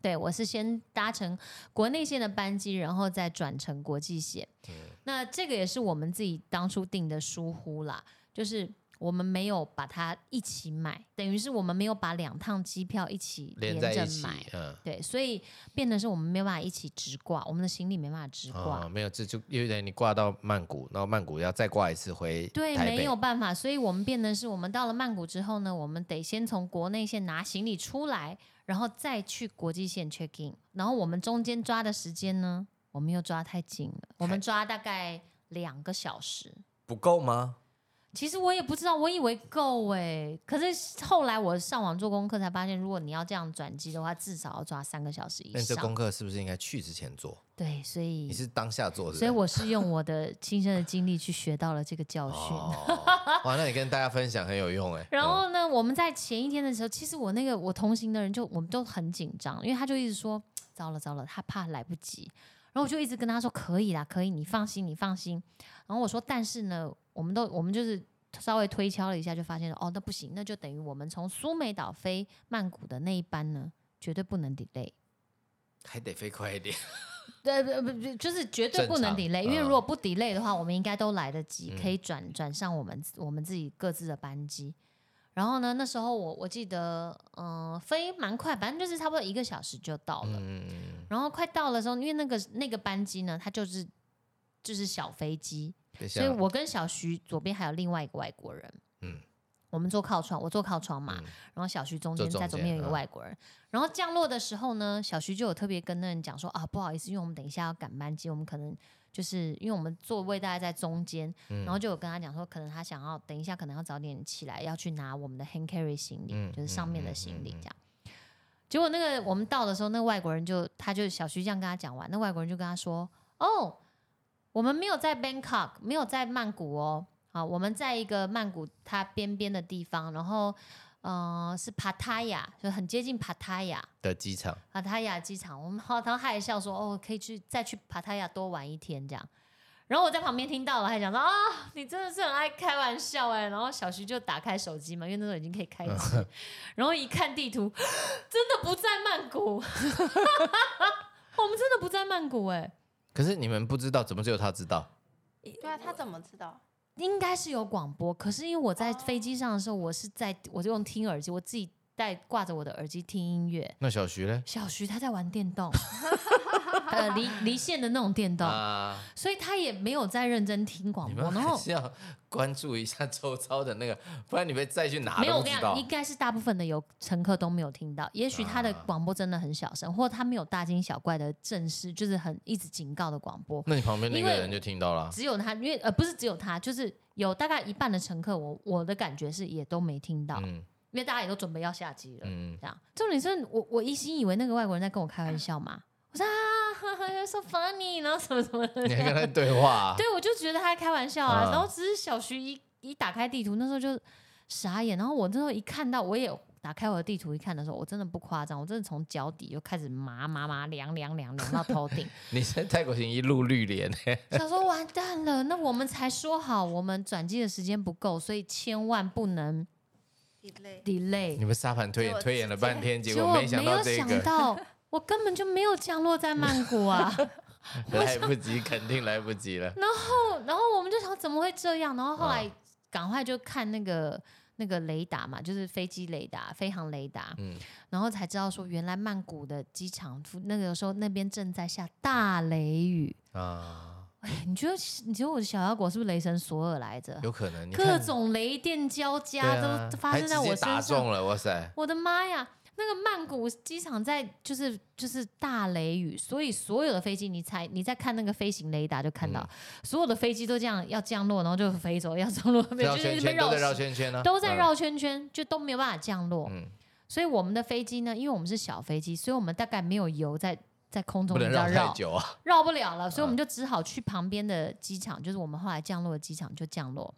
对，我是先搭乘国内线的班机，然后再转乘国际线。
嗯
那这个也是我们自己当初定的疏忽啦，就是我们没有把它一起买，等于是我们没有把两趟机票一起
连在
着
一起
买。，
嗯。
对，所以变得是我们没有办法一起直挂，我们的行李没办法直挂。
哦，没有，这就有点你挂到曼谷，然后曼谷要再挂一次回
对，
台
没
北
有，办法，所以我们变得是我们到了曼谷之后呢，我们得先从国内线拿行李出来，然后再去国际线 check in，然后我们中间抓的时间呢，我们又抓太紧了，我们抓大概两个小时。
不够吗？
其实我也不知道，我以为够哎，可是后来我上网做功课才发现，如果你要这样转机的话，至少要抓三个小时以
那你这功
上。
课是不是应该去之前做？
对，所
你
以
是当下做的，
所以我是用我的亲身的经历去学到了这个教训。
哦，哇，那你跟大家分享很有用 <laughs> 哎。
然后呢，我们在前一天的时候，其实我那个我同行的人就我们都很紧张，因为他就一直说糟了糟了，他怕来不及。然后我就一直跟他说可以啦，可以，你放心，你放心。然后我说但是呢，我们都我们就是稍微推敲了一下，就发现哦，那不行，那就等于我们从苏梅岛飞曼谷的那一班呢，绝对不能 delay。
嗯还得飞快一点，
呃不不不，就是绝对不能
正
delay，
常
因为
嗯
如果不 delay 的话，我们应该都来得及，
嗯
可以转转上我们我们自己各自的班机。然后呢，那时候我我记得，嗯、飞蛮快，反正就是差不多一个小时就到了。
嗯，
然后快到的时候，因为那个那个班机呢，它就是就是小飞机，
等一下
所以我跟小徐左边还有另外一个外国人，嗯
嗯，
我们坐靠窗，我坐靠窗嘛，
嗯
然后小徐中
坐
间
中
在左边有一个
间嗯
外国人，然后降落的时候呢，小徐就有特别跟那人讲说啊，不好意思，因为我们等一下要赶班机，我们可能就是因为我们座位大概在中间，
嗯
然后就有跟他讲说，可能他想要等一下，可能要早点起来，要去拿我们的 hand carry 行李，
嗯
就是上面的
嗯
行李
嗯嗯
这样。结果那个我们到的时候，那个外国人就他就小徐这样跟他讲完，那外国人就跟他说：“哦，我们没有在 Bangkok，没有在曼谷哦，好，我们在一个曼谷它边边的地方，然后呃是 Pattaya，就很接近 Pattaya。”
的机场，
帕塔亚机场，我们好，然后他还笑说：“哦，可以去再去帕塔亚多玩一天这样。”然后我在旁边听到了，还讲说：“啊、你真的是很爱开玩笑哎、然后小徐就打开手机嘛，因为那时候已经可以开机，然后一看地图， <gasps> 真的不在曼谷， <laughs> 我们真的不在曼谷哎、
可是你们不知道，怎么只有他知道？
对啊，他怎么知道？
应该是有广播，可是因为我在飞机上的时候，我是在我就用听耳机，我自己戴挂着我的耳机听音乐。
那小徐呢？
小徐他在玩电动，呃，离离线的那种电动。
啊，
所以他也没有在认真听广
你
播，
们
然
还
后
是要关注一下周遭的那个， <laughs> 不然你被再去哪
没有
都
我
不
跟你
知
讲，
道
应。该是大部分的有乘客都没有听到，也许他的
啊
广播真的很小声，或他没有大惊小怪的正式，就是很一直警告的广播。
那你旁边那
因
个
为
人就听到了啊，
只有他，因为呃不是只有他，就是有大概一半的乘客，我我的感觉是也都没听到，
嗯
因为大家也都准备要下机了。 <laughs>
嗯，
这样，重点是我我一心以为那个外国人在跟我开玩笑嘛，我说啊 <laughs> 哈哈 you're，so funny，然后什么什么的，
你还 <laughs> 跟他对话啊？
对，我就觉得他在开玩笑啊。
嗯
然后只是小徐一一打开地图，那时候就傻眼。然后我那时候一看到，我也打开我的地图一看的时候，我真的不夸张，我真的从脚底就开始麻麻麻、凉凉凉凉到头
<laughs>
顶。
你在泰国行一路
<laughs>
绿脸，
想说完蛋了，那我们才说好，我们转机的时间不够，所以千万不能
delay
delay
你。们沙盘推
结
演
果
推演了半天，结
结
果
果
没想
没
到
有
这
想
<laughs> 个，
到，我根本就没有降落在曼谷啊。
来不及，肯定来不及了。
然后我们就想怎么会这样？然后后
嗯
来赶快就看那个那个雷达嘛，就是飞机雷达、飞航雷达，
嗯
然后才知道说原来曼谷的机场附那个时候那边正在下大雷雨。 <laughs>
啊，
哎，你觉得你觉得我的小妖果是不是雷神索尔来着？
有可能你
各
看
种雷电交
对
加
啊
都发生在
还
我
直接打
身上，
中了，哇塞！
我的妈呀！那个曼谷机场在就是就是大雷雨，所以所有的飞机你才你在看那个飞行雷达就看到、
嗯
所有的飞机都这样要降落，然后就飞走，要降落，
绕
就是一
圈
直被
圈都在绕
圈
圈圈呢，嗯
都在绕圈圈，就都没有办法降落。
嗯，嗯，
所以我们的飞机呢，因为我们是小飞机，所以我们大概没有油在在空中
不
你
能
知道
绕太
绕
久啊。
绕不了了，所以我们就只好去旁边的机场，就是我们后来降落的机场就降落。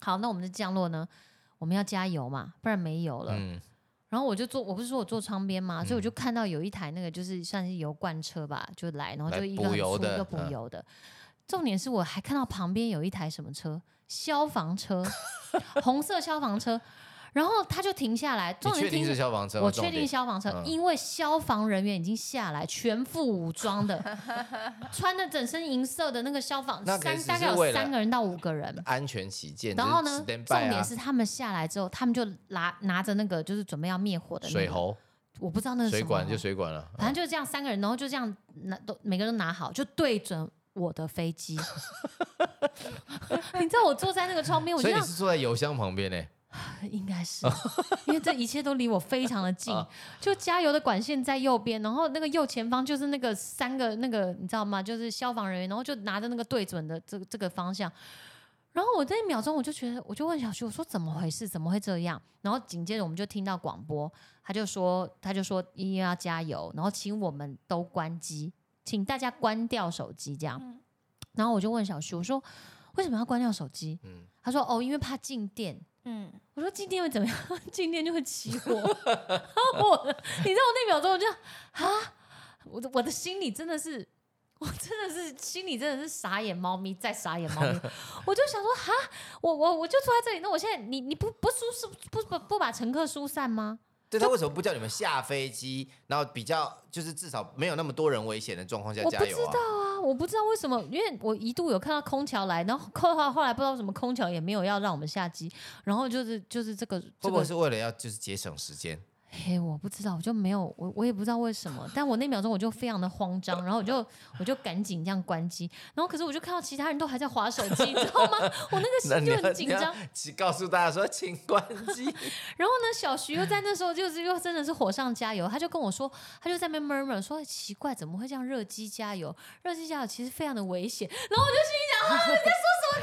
好，那我们就降落呢，我们要加油嘛，不然没油了。
嗯，
然后我就坐，我不是说我坐窗边嘛，所以我
嗯
就看到有一台那个就是算是油罐车吧，就来，然后
来
就一个
补
很
油
粗
的
一个补
嗯
油的。重点是我还看到旁边有一台什么车，消防车， <laughs> 红色消防车，然后他就停下来。
你
重点
确定是
停，
消防车吗？
我
重
确定
点
消防车，
嗯
因为消防人员已经下来，全副武装的，穿的整身银色的那个消防，
那可
三
能只
大概
是为
有
了
三个人到五个人。
安全起见，
然后呢，
就是 standby
重点
啊
是他们下来之后，他们就拿拿着那个就是准备要灭火的、那个、
水喉、
我不知道那是嗯
水
什么哦
管就水管了。
反正就是这样三个人，然后就这样拿都每个人都拿好，就对准我的飞机。 <laughs> 你知道我坐在那个窗边，哎我
所
就
以你
想
是坐在油箱旁边嘞，
<laughs> 应该是，因为这一切都离我非常的近
啊，
就加油的管线在右边，然后那个右前方就是那个三个那个你知道吗？就是消防人员，然后就拿着那个对准的这个这个方向。然后我这一秒钟我就觉得，我就问小徐，我说怎么回事？怎么会这样？然后紧接着我们就听到广播，他就说他就说一定要加油，然后请我们都关机，请大家关掉手机这样。
嗯
然后我就问小徐，我说为什么要关掉手机？
嗯，
他说哦，因为怕静电。
嗯，
我说静电会怎么样？ <laughs> 静电就会起火。 <laughs> 然后我，你知道我那秒钟我就啊，我的我的心里真的是，我真的是心里真的是傻眼猫咪，再傻眼猫
<laughs>
咪。我就想说哈，我我我就坐在这里，那我现在你你不不疏疏不不不把乘客疏散吗？
对他为什么不叫你们下飞机，然后比较就是至少没有那么多人危险的状况下
我
加
不
油
知
啊？
道啊，我不知道为什么，因为我一度有看到空调来，然后后来后来不知道为什么空调也没有要让我们下机，然后就是就是这个
会
这
不会
个
是为了要就是节省时间？
嘿，我不知道，我就没有，我我也不知道为什么，但我那秒钟我就非常的慌张，然后我就我就赶紧这样关机，然后可是我就看到其他人都还在划手机，你知道吗？我那个
那
心
你
就
要
很紧，
你
张
要。 <laughs> 请告诉大家说，请关机。
然后呢，小徐又在那时候就是又真的是火上加油，他就跟我说，他就在那边 murmur 说奇怪，怎么会这样热机加油？热机加油其实非常的危险。然后我就心里想，啊，你在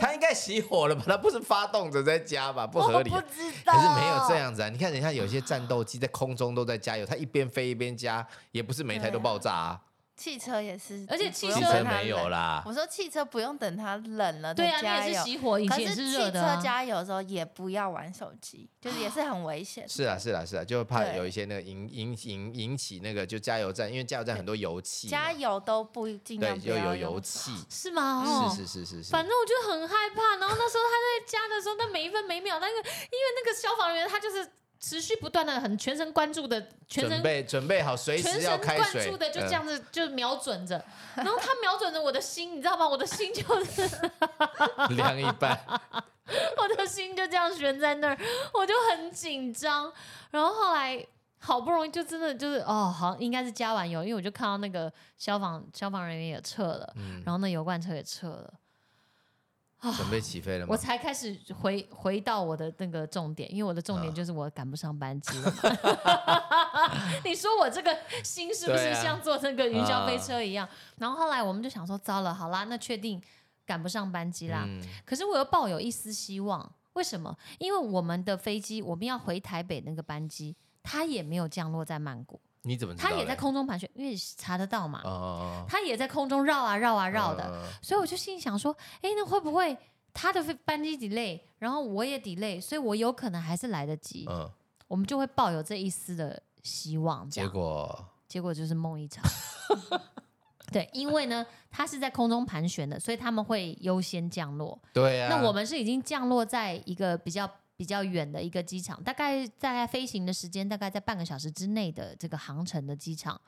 他应该熄火了吧？他不是发动着在加吧？不合
我
理
不
啊。
知道，
可是没有这，样子啊！你看人家有些战斗机在空中都在加油，它一边飞一边加，也不是每台都爆炸啊。
汽车也是，
而且汽
汽
对啊
车没有
了。
啦，
我说汽车不用等它冷了
对
再
啊，
加
你也
油
是，熄火，以
可
前也
汽
热的、
车
啊。
加油的时候也不要玩手机，就是也是很危险。
是啊，是啊，是啊，就怕
对
有一些那个引引引引起那个就加油站，因为加油站很多油气嘛，
加油都不尽量
啊对，
不
又
要
有
用
油气，
是吗？哦，
是是是是是。
反正我就很害怕。然后那时候他在加的时候，那每一分每秒，那个因为那个消防员他就是持续不断的很全神贯注的，全
准
神
备准备好，随
全
时要
神
开
贯
水，
注的就这
嗯
样子、就瞄准着，然后他瞄准着我的心，你知道吗？我的心就是 <laughs>
<laughs> 量一半。
哦我的心就这样悬在那儿，我就很紧张。然后后来好不容易就真的就是哦，好像应该是加完油，因为我就看到那个消防消防人员也撤了，
嗯，
然后那油罐车也撤了。
准备起飞了
我
吗？
才开始回回到我的那个重点，因为我的重点
啊
就是我赶不上班机了嘛。
<laughs>
<laughs> 你说我这个心是不
对
是
啊
像坐那个云霄飞车一样？然后后来我们就想说，糟了，好啦，那确定赶不上班机啦。
嗯，
可是我又抱有一丝希望，为什么？因为我们的飞机，我们要回台北那个班机，它也没有降落在曼谷，
你怎么知道
它
嘞？
也在空中盘旋，因为查得到嘛，
哦哦，哦
它也在空中绕啊绕啊绕的。，
嗯
所以我就心里想说，哎，那会不会他的飞班机 delay，然后我也 delay，所以我有可能还是来得及，
嗯，
我们就会抱有这一丝的希望。这
结
样，
果
结果就是梦一场。
<laughs>
对，因为呢，它是在空中盘旋的，所以他们会优先降落。
对啊，
那我们是已经降落在一个比较比较远的一个机场，大概大概飞行的时间大概在半个小时之内的这个航程的机场，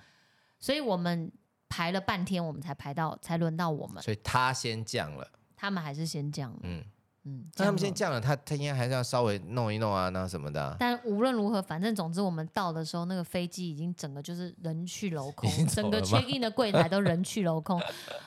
所以我们排了半天，我们才排到，才轮到我们。
所以他先降了，
他们还是先降了。
嗯，
嗯，
那他们先
降落。
降了，他他应该还是要稍微弄一弄啊，那什么的啊，
但无论如何，反正总之我们到的时候，那个飞机已经整个就是人去楼空
已经，走
整个
了吗
check in 的柜台都人去楼空。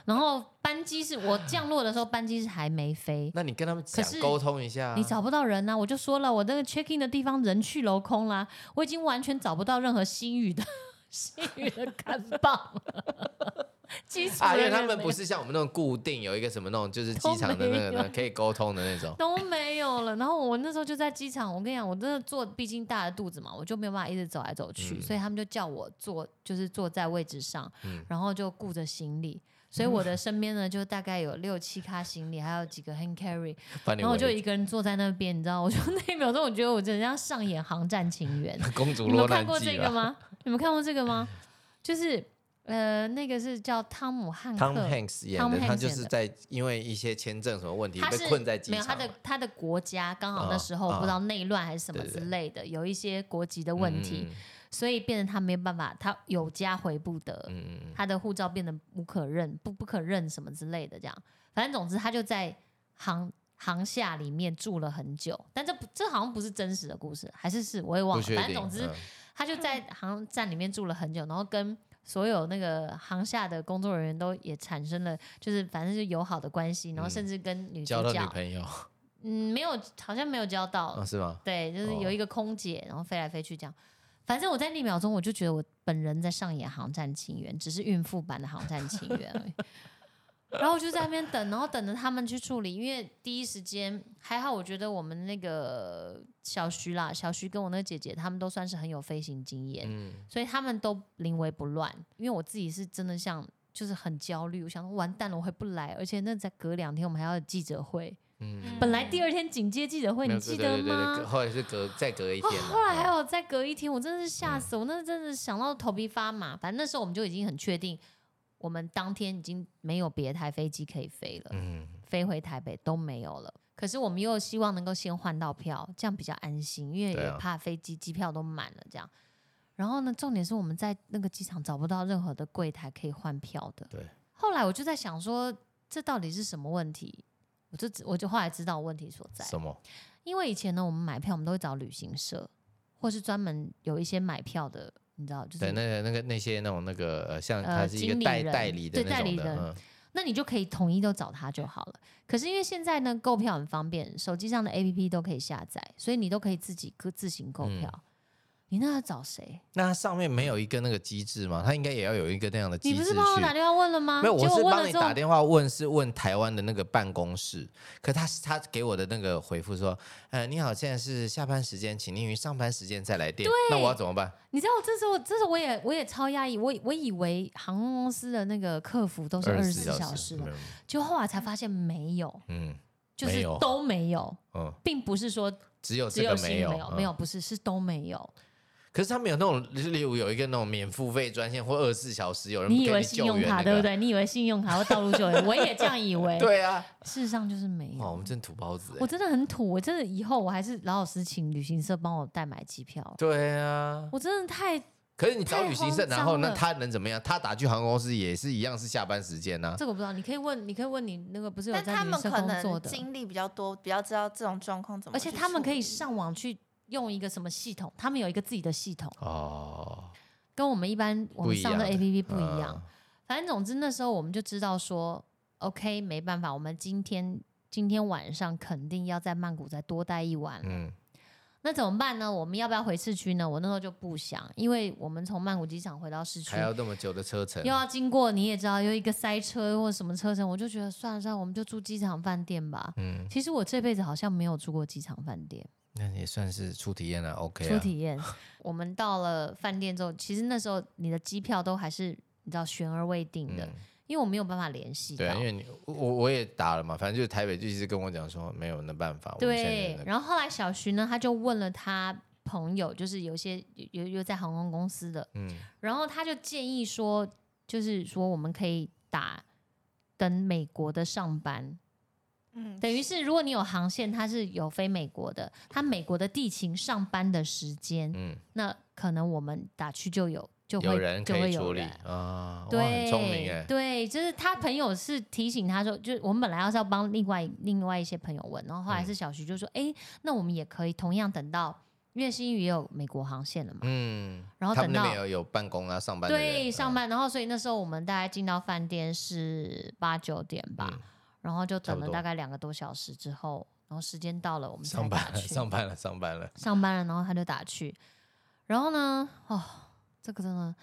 然后班机是我降落的时候，班机是还没飞，
那你跟他们讲
可是
沟通一下啊，
你找不到人呐、我就说了，我那个 check in 的地方人去楼空啦，我已经完全找不到任何新宇的 <laughs> 新宇的看棒了。 <laughs> 机场
啊，因
人
为他
员
们
没
不是像我们那种固定有一个什么那种，就是机场的
都没
那
有
个可以沟通的那
<laughs>
种，
都没有了。然后我那时候就在机场，我跟你讲，我真的坐，毕竟大着肚子嘛，我就没有办法一直走来走去，
嗯
所以他们就叫我坐，就是坐在位置上，
嗯
然后就顾着行李。所以我的身边呢，就大概有六七咖行李，还有几个 hand
<laughs>
carry，
把你
然后我就
围
一个人坐在那边，你知道，我就那一秒钟，我觉得我真的像上演《航站情
<laughs>
缘》。
公主
你们
落
看
难
过
记
这个
了，
吗？ <laughs> 你们看过这个吗？就是呃，那个是叫汤姆汉克，
汤姆 Hanks
嗯
演
Tom
的，他
Hanks
就
演
是
的
在因为一些签证什么问题
他
被
是
困在机
没有
场
他
嘛，
的他的国家刚好
啊
那时候
啊
不知道内乱还是什么
对
之
对
类的，有一些国籍的
嗯
问题，所以变成他没办法，他有家回不得，
嗯，嗯嗯嗯嗯，
他的护照变得无可认不不可认什么之类的，这样，反正总之他就在航航厦里面住了很久，但这不这好像不是真实的故事，还是是我也忘
不
了，
确
反正
定，
总之。
嗯
他就在航站里面住了很久，然后跟所有那个航下的工作人员都也产生了，就是反正就友好的关系，然后甚至跟女
嗯交
主
到
角
女，朋友
嗯，没有，好像没有交到，
啊，是吗？
对，就是有一个空姐，然后飞来飞去这样。反正我在那一秒钟，我就觉得我本人在上演《航站情缘》，只是孕妇版的《航站情缘》而已。 <laughs> 然后我就在那边等，然后等着他们去处理，因为第一时间还好，我觉得我们那个小徐啦，小徐跟我那个姐姐，他们都算是很有飞行经验，
嗯，
所以他们都临危不乱。因为我自己是真的像就是很焦虑，我想说完蛋了，我回不来，而且那再隔两天我们还要有记者会，
嗯
本来第二天紧接记者会，你
没有
记
对
得
对对对
吗？哦
隔啊后来是隔再隔一天了，
后来还
嗯
有再隔一天，我真的是吓死我，那真的想到头皮发麻。反正那时候我们就已经很确定，我们当天已经没有别台飞机可以飞了，
嗯，
飞回台北都没有了。可是我们又希望能够先换到票，这样比较安心，因为
对
也
啊
怕飞机机票都满了这样。然后呢，重点是我们在那个机场找不到任何的柜台可以换票的。
对。
后来我就在想说，这到底是什么问题？我就只我就后来知道问题所在，
什么？
因为以前呢，我们买票我们都会找旅行社，或是专门有一些买票的，你知道，就是
对，那个那个那些那种那个呃，像
呃
他是一
经
个
理
代
人
代理的
对
那
代
种
理
的，
人
嗯，
那你就可以统一都找他就好了。可是因为现在呢，购票很方便，手机上的 APP 都可以下载，所以你都可以自己各自行购
嗯
票。你那要找谁？
那它上面没有一个那个机制吗？它应该也要有一个那样的机
你
制
不
去
是。帮我打电话问了吗？
没有，
啊结
我
果
是
问
帮
了
你
之后
打电话问，是问台湾的那个办公室。可他他给我的那个回复说，呃，你好，现在是下班时间，请您于上班时间再来电。那我要怎么办？
你知道，这时候，这时候我也我也超压抑，我以我以为航空公司的那个客服都是二十
24
四小时
没
的，
有
就后来才发现没有，
嗯
就
没
是
有
都没有，
嗯，
并不是说
只有
只
这个
新
没
没
有，
有，
嗯
没有不是是都没有。
可是他们有那种，例如有一个那种免付费专线或二十四小时有人
你以
给
为
你
信
救
用
援、那
卡
个
对不？对？你以为信用卡或道路救援，我也这样以为。
<laughs> 对啊，
事实上就是没
哇，我
有
们。真土包子、
我
欸。
真的很土，我真的以后我还是老老实请旅行社帮我代买机票。
对啊，
我真的太
可是你找
太
旅行社，
慌张
然后那
了
他能怎么样？他打去航空公司也是一样是下班时间啊呐、
这个我不知道，你可以问，你可以问你那个不是有
但
在
他
旅
们
行社
可
工作
能
的，
经历比较多，比较知道这种状况怎么
而
去处
且
理。
他们可以上网去用一个什么系统，他们有一个自己的系统，
哦，
跟我们一般我
不
们
一样
上
的
的 APP 不一样
嗯。
反正总之那时候我们就知道说，OK，没办法，我们今天今天晚上肯定要在曼谷再多待一晚了
嗯，
那怎么办呢？我们要不要回市区呢？我那时候就不想，因为我们从曼谷机场回到市区
还，要那么久的车程
又，要经过你也知道，又一个塞车或什么车程，我就觉得算了算了，我们就住机场饭店吧。
嗯，
其实我这辈子好像没有住过机场饭店，
那也算是初体验了、OK
初
啊。
体
<laughs>
验。我们到了饭店之后，其实那时候你的机票都还是你知道悬而未定的，
嗯
因为我没有办法联系到
对啊，。因为你我我也打了嘛，反正就是台北就一直跟我讲说没有那办法，我们现在没有
对
那，个
然后后来小徐呢，他就问了他朋友，就是有一些有有有在航空公司的，
嗯，
然后他就建议说，就是说我们可以打等美国的上班，
嗯
等于是如果你有航线，它是有飞美国的，它美国的地勤上班的时间，
嗯，
那可能我们打去就有就
有
会
人
就
可
会
以
有
处理
人。
啊，哇，
对，
很聪明哎，
对，就是他朋友是提醒他说，就是我们本来要是要帮另外另外一些朋友问，然后
嗯
后来是小徐就说，哎、那我们也可以同样等到，因为新宇也有美国航线了嘛，
嗯，
然后
他们
等
那
到
边有有办公啊，上班的人
对，上
嗯
班，然后所以那时候我们大概进到饭店是八九点吧，
嗯
然后就
差
等
不
了
多
大概两个多小时之后，然后时间到了，我们才
嗯上班
打
了，
去
上班了，上班了，
上班了，然后他就打去，然后呢，哦，这个真的，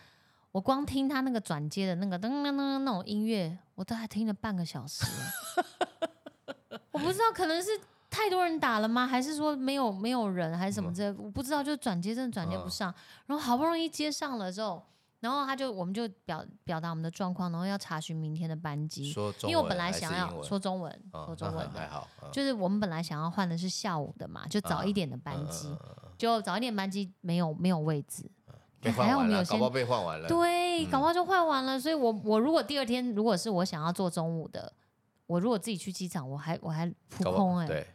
我光听他那个转接的那个噔噔噔噔那种音乐，我大概听了半个小时了，
<laughs>
我不知道可能是。太多人打了吗？还是说没有没有人，还是什么
嗯
之类的？我不知道，就转接真的转接不
嗯
上。然后好不容易接上了之后，然后他就我们就表表达我们的状况，然后要查询明天的班机，
说中
因
文
为我本来
还是
想
英
要
文
说中文，
哦
说中
那
文
还
的
还，好，嗯
就是我们本来想要换的是下午的嘛，就早一点的班机，
嗯嗯嗯嗯嗯
就早一点班机没有没有位置，
被
还
嗯换
好我
完
们有
了，
先
搞不好被换完了，
对，
嗯
搞不好就换完了。所以我我如果第二天如果是我想要坐中午的，我如果自己去机场，我还我还扑
搞不好
空哎、
对，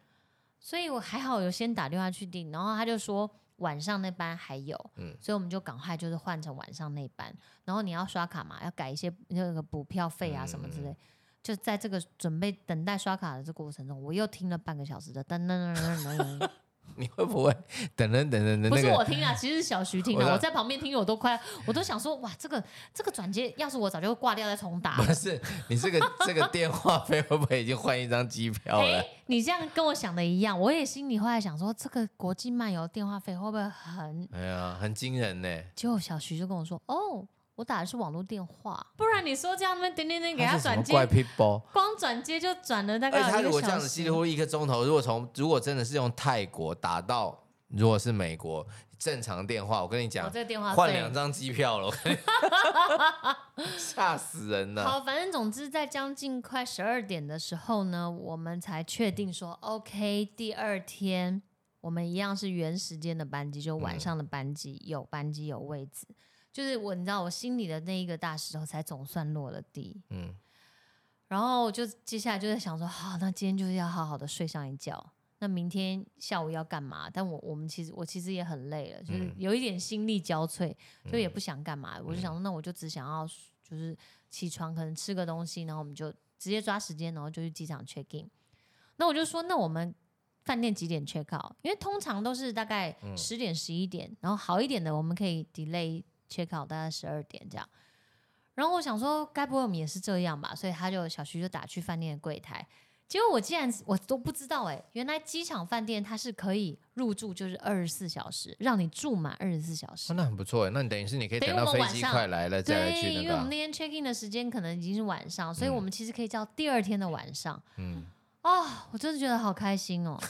所以我还好有先打电话去订，然后他就说晚上那班还有，
嗯
所以我们就赶快就是换成晚上那班。然后你要刷卡嘛，要改一些那个补票费啊什么之
嗯
类。就在这个准备等待刷卡的这过程中，我又听了半个小时的噔噔噔噔噔噔噔，
你会不会等等等等等
不
那
是
个
我听啊，其实是小徐听
我知
的。
道
我在旁边听，我都快，我都想说，哇，这个这个转接，要是我早就挂掉再重
<laughs>
打。
不是你这个这个电话费会不会已经换一张机票了？
你这样跟我想的一样，我也心里后来想说，这个国际漫游电话费会不会很？
哎呀，很惊人呢。
结果小徐就跟我说，哦，我打的是网络电话，不然你说这样那边点点点给他
欸是什
转
么
接，
怪 people？
光转接就转了大
而且
概
他
有
如
一
果
个
这样
小
子稀
时
里。糊涂一个钟头，如果从如果真的是用泰国打到，如果是美国正常电话，我跟你
我
讲，
哦这个电话
换
费
两张机票了，我跟
<laughs>
你吓死人了。
好，反正总之在将近快十二点的时候呢，我们才确定说，OK，第二天我们一样是原时间的班机，就晚
嗯
上的班机、有班机有位置。就是我，你知道，我心里的那一个大石头才总算落了地。
嗯，
然后我就接下来就在想说，好、那今天就是要好好的睡上一觉。那明天下午要干嘛？但我我们其实我其实也很累了，就是
嗯
有一点心力交瘁，就也不想干嘛。我就
嗯
想说，那我就只想要就是起床，可能吃个东西，然后我们就直接抓时间，然后就去机场 check in。那我就说，那我们饭店几点 check out？因为通常都是大概
嗯
十点、十一点，然后好一点的我们可以 delay check out 大概十二点这样。然后我想说，该不会我们也是这样吧？所以他就小徐就打去饭店的柜台，结果我竟然我都不知道哎、原来机场饭店它是可以入住，就是二十四小时，让你住满二十四小时
哦。那很不错哎，那你等于是你可以
等于
等到
我们
飞
晚
机
上
快来了再来
对，
去那
因为
个
我们
啊，
那天 check in 的时间可能已经是晚上，所以
嗯
我们其实可以叫第二天的晚上。
嗯，
哦，我真的觉得好开心
<laughs>
哦。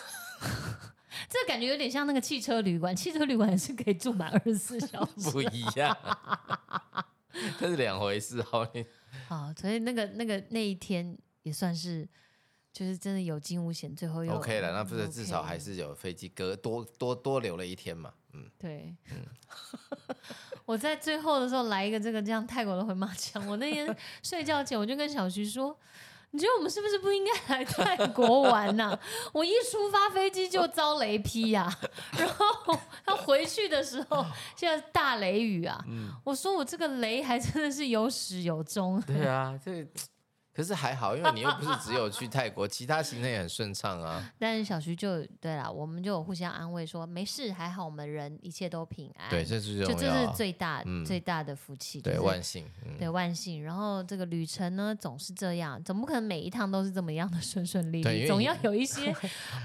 这感觉有点像那个汽车旅馆， <laughs> 汽车旅馆也是可以住满二十四小时。
不一样， <laughs> 这是两回事哦。你
好，所以那个那个那一天也算是，就是真的有惊无险，最后又
OK 了，那不是
OK
至少还是有飞机隔多多多留了一天嘛，嗯，
对。 <laughs> 我在最后的时候来一个这个这样泰国的回马枪。我那天睡觉前我就跟小徐说。你觉得我们是不是不应该来泰国玩呐、 <laughs> 我一出发飞机就遭雷劈呀、 <laughs> 然后他回去的时候现在大雷雨啊，
嗯
我说我这个雷还真的是有始有终，
对啊，这 <laughs> 可是还好，因为你又不是只有去泰国，其他行程也很顺畅
<laughs>
啊。
但是小徐就对啦，我们就有互相安慰说没事，还好我们人一切都平安，
对，这是
哎就
重
这
要
是
啊，
最大、
嗯
最大的福气，
对
就是
万幸，嗯，
对，万幸。然后这个旅程呢，总是这样，总不可能每一趟都是这么样的顺顺利
对因
利，
为
总
你
要有一
<laughs>
些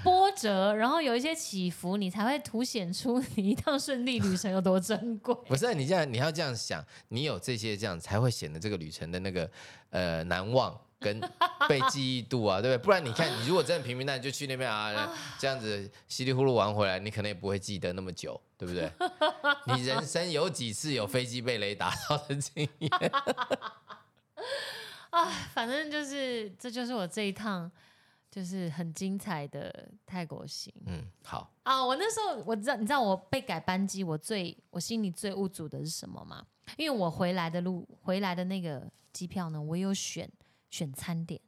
波折，然后有一些起伏，你才会凸显出你一趟顺利旅程有多珍贵。 <laughs>
不是你这样，你要这样想，你有这些这样才会显得这个旅程的那个呃难忘。
<laughs>
跟被记忆度啊，对不对？不然你看，你如果真的平平淡淡就去那边啊，这样子稀里糊涂玩回来，你可能也不会记得那么久，对
<laughs>
不对？你人生有几次有飞机被雷打到的经验？ <laughs>
啊，反正就是这就是我这一趟。就是很精彩的泰国行
嗯，好，
啊！我那时候我知道，你知道我被改班机，我最我心里最无助的是什么吗？因为我回来的路，回来的那个机票呢，我有选选餐点，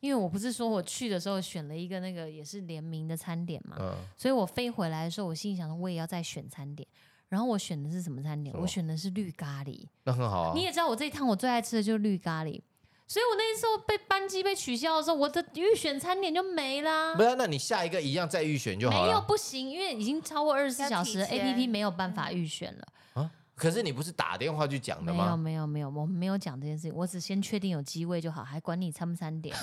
因为我不是说我去的时候选了一个那个也是联名的餐点嘛，
嗯，
所以我飞回来的时候，我心里想说我也要再选餐点。然后我选的是什么餐点？
什么
我选的是绿咖喱。
那很好啊。
你也知道我这一趟我最爱吃的就是绿咖喱，所以我那时候被班机被取消的时候，我的预选餐点就没啦
不。是，那你下一个一样再预选就好
没有
了。
不行，因为已经超过二十四
要
小
提
时，A
前
P P 没有办法预选了。
可是你不是打电话去讲的
没有
吗？
没有没有，我们没有讲这件事情，我只先确定有机位就好，还管你餐不餐点。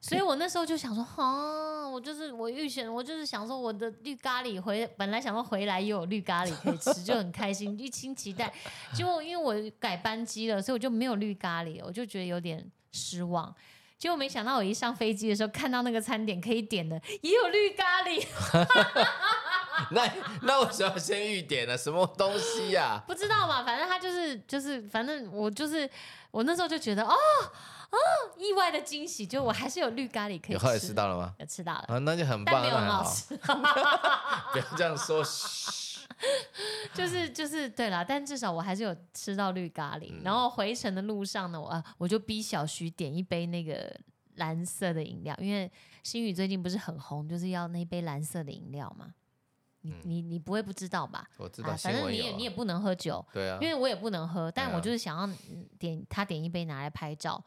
所以我那时候就想说，哦，我就是我预选，我就是想说我的绿咖喱回，本来想说回来又有绿咖喱可以吃，就很开心，一心期待。结果因为我改班机了，所以我就没有绿咖喱，我就觉得有点失望。结果没想到我一上飞机的时候，看到那个餐点可以点的也有绿咖喱，
<laughs> 那那为什么要先预点呢？什么东西呀、
不知道嘛，反正他就是就是，反正我就是我那时候就觉得哦哦，意外的惊喜，就我还是有绿咖喱可以
你
吃，
后来吃到了吗？
有吃到了，
啊，那就很
但
棒，
没有
那
很
很
好
好。
吃，
不要 <laughs> 这样说，嘘
<laughs> 就是就是对啦，但至少我还是有吃到绿咖喱。
嗯
然后回程的路上呢，我啊我就逼小徐点一杯那个蓝色的饮料，因为星宇最近不是很红，就是要那一杯蓝色的饮料嘛。你
嗯
你你不会不知道吧？
我知
啊，
道新
反正
闻
你
有
也
啊
你也不能喝酒，
对啊
因，为我也不能喝，但
对
我
啊
就是想要嗯点他点一杯拿来拍照。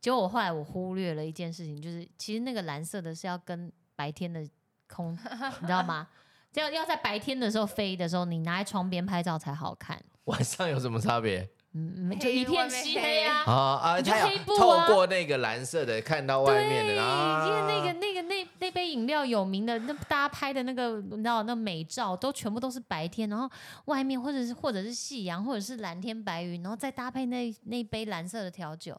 结果我后来我忽略了一件事情，就是其实那个蓝色的是要跟白天的空，你知道吗？要要在白天的时候飞的时候，你拿在窗边拍照才好看。
晚上有什么差别
嗯，嗯就一
黑
片
外面
漆
黑
黑啊。
啊啊？
你就
他有
黑布
透
啊
过那个蓝色的看到外面的
对，
啊，
因为那个那个那那杯饮料有名的，那大家拍的那个，你知道那美照都全部都是白天，然后外面或者是或者是夕阳，或者是蓝天白云，然后再搭配那那杯蓝色的调酒。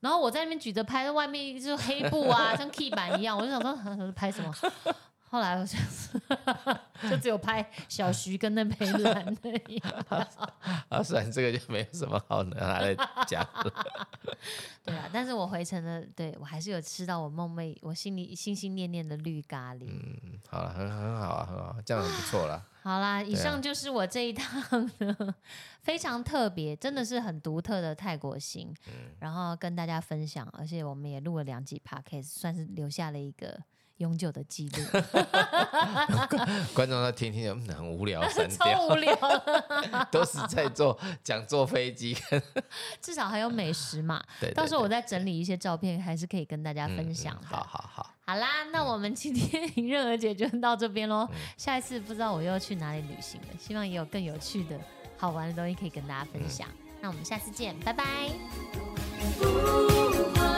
然后我在那边举着拍，外面就是黑布啊，像 key 板一样，我就想说呵呵拍什么。后来我就是就只有拍小徐跟那杯蓝的饮料。
啊，算了这个就没有什么好拿来讲了。
对啊，但是我回程的，对我还是有吃到我梦寐，我心里心心念念的绿咖喱。
啊
<laughs>
嗯，好了，很很好啊，很好，这样很不错了。
好啦，以
对啊
上就是我这一趟呢 <laughs> 非常特别，真的是很独特的泰国行，
嗯
然后跟大家分享，而且我们也录了两集 podcast，算是留下了一个永久的记录，
观众他听听就嗯很无
<laughs>
聊，删
超
掉，
无聊的，
都是在坐讲坐飞机。
至少还有美食嘛。
<laughs> 对，对
到时候我
对
再整理一些照片，还是可以跟大家分享
嗯
的。
嗯好好好，
好啦，那我们今天 <laughs> 迎刃而解就到这边喽。
嗯
下一次不知道我又要去哪里旅行了，希望也有更有趣的、好
嗯
玩的东西可以跟大家分享。那我们下次见，拜拜。
呼唤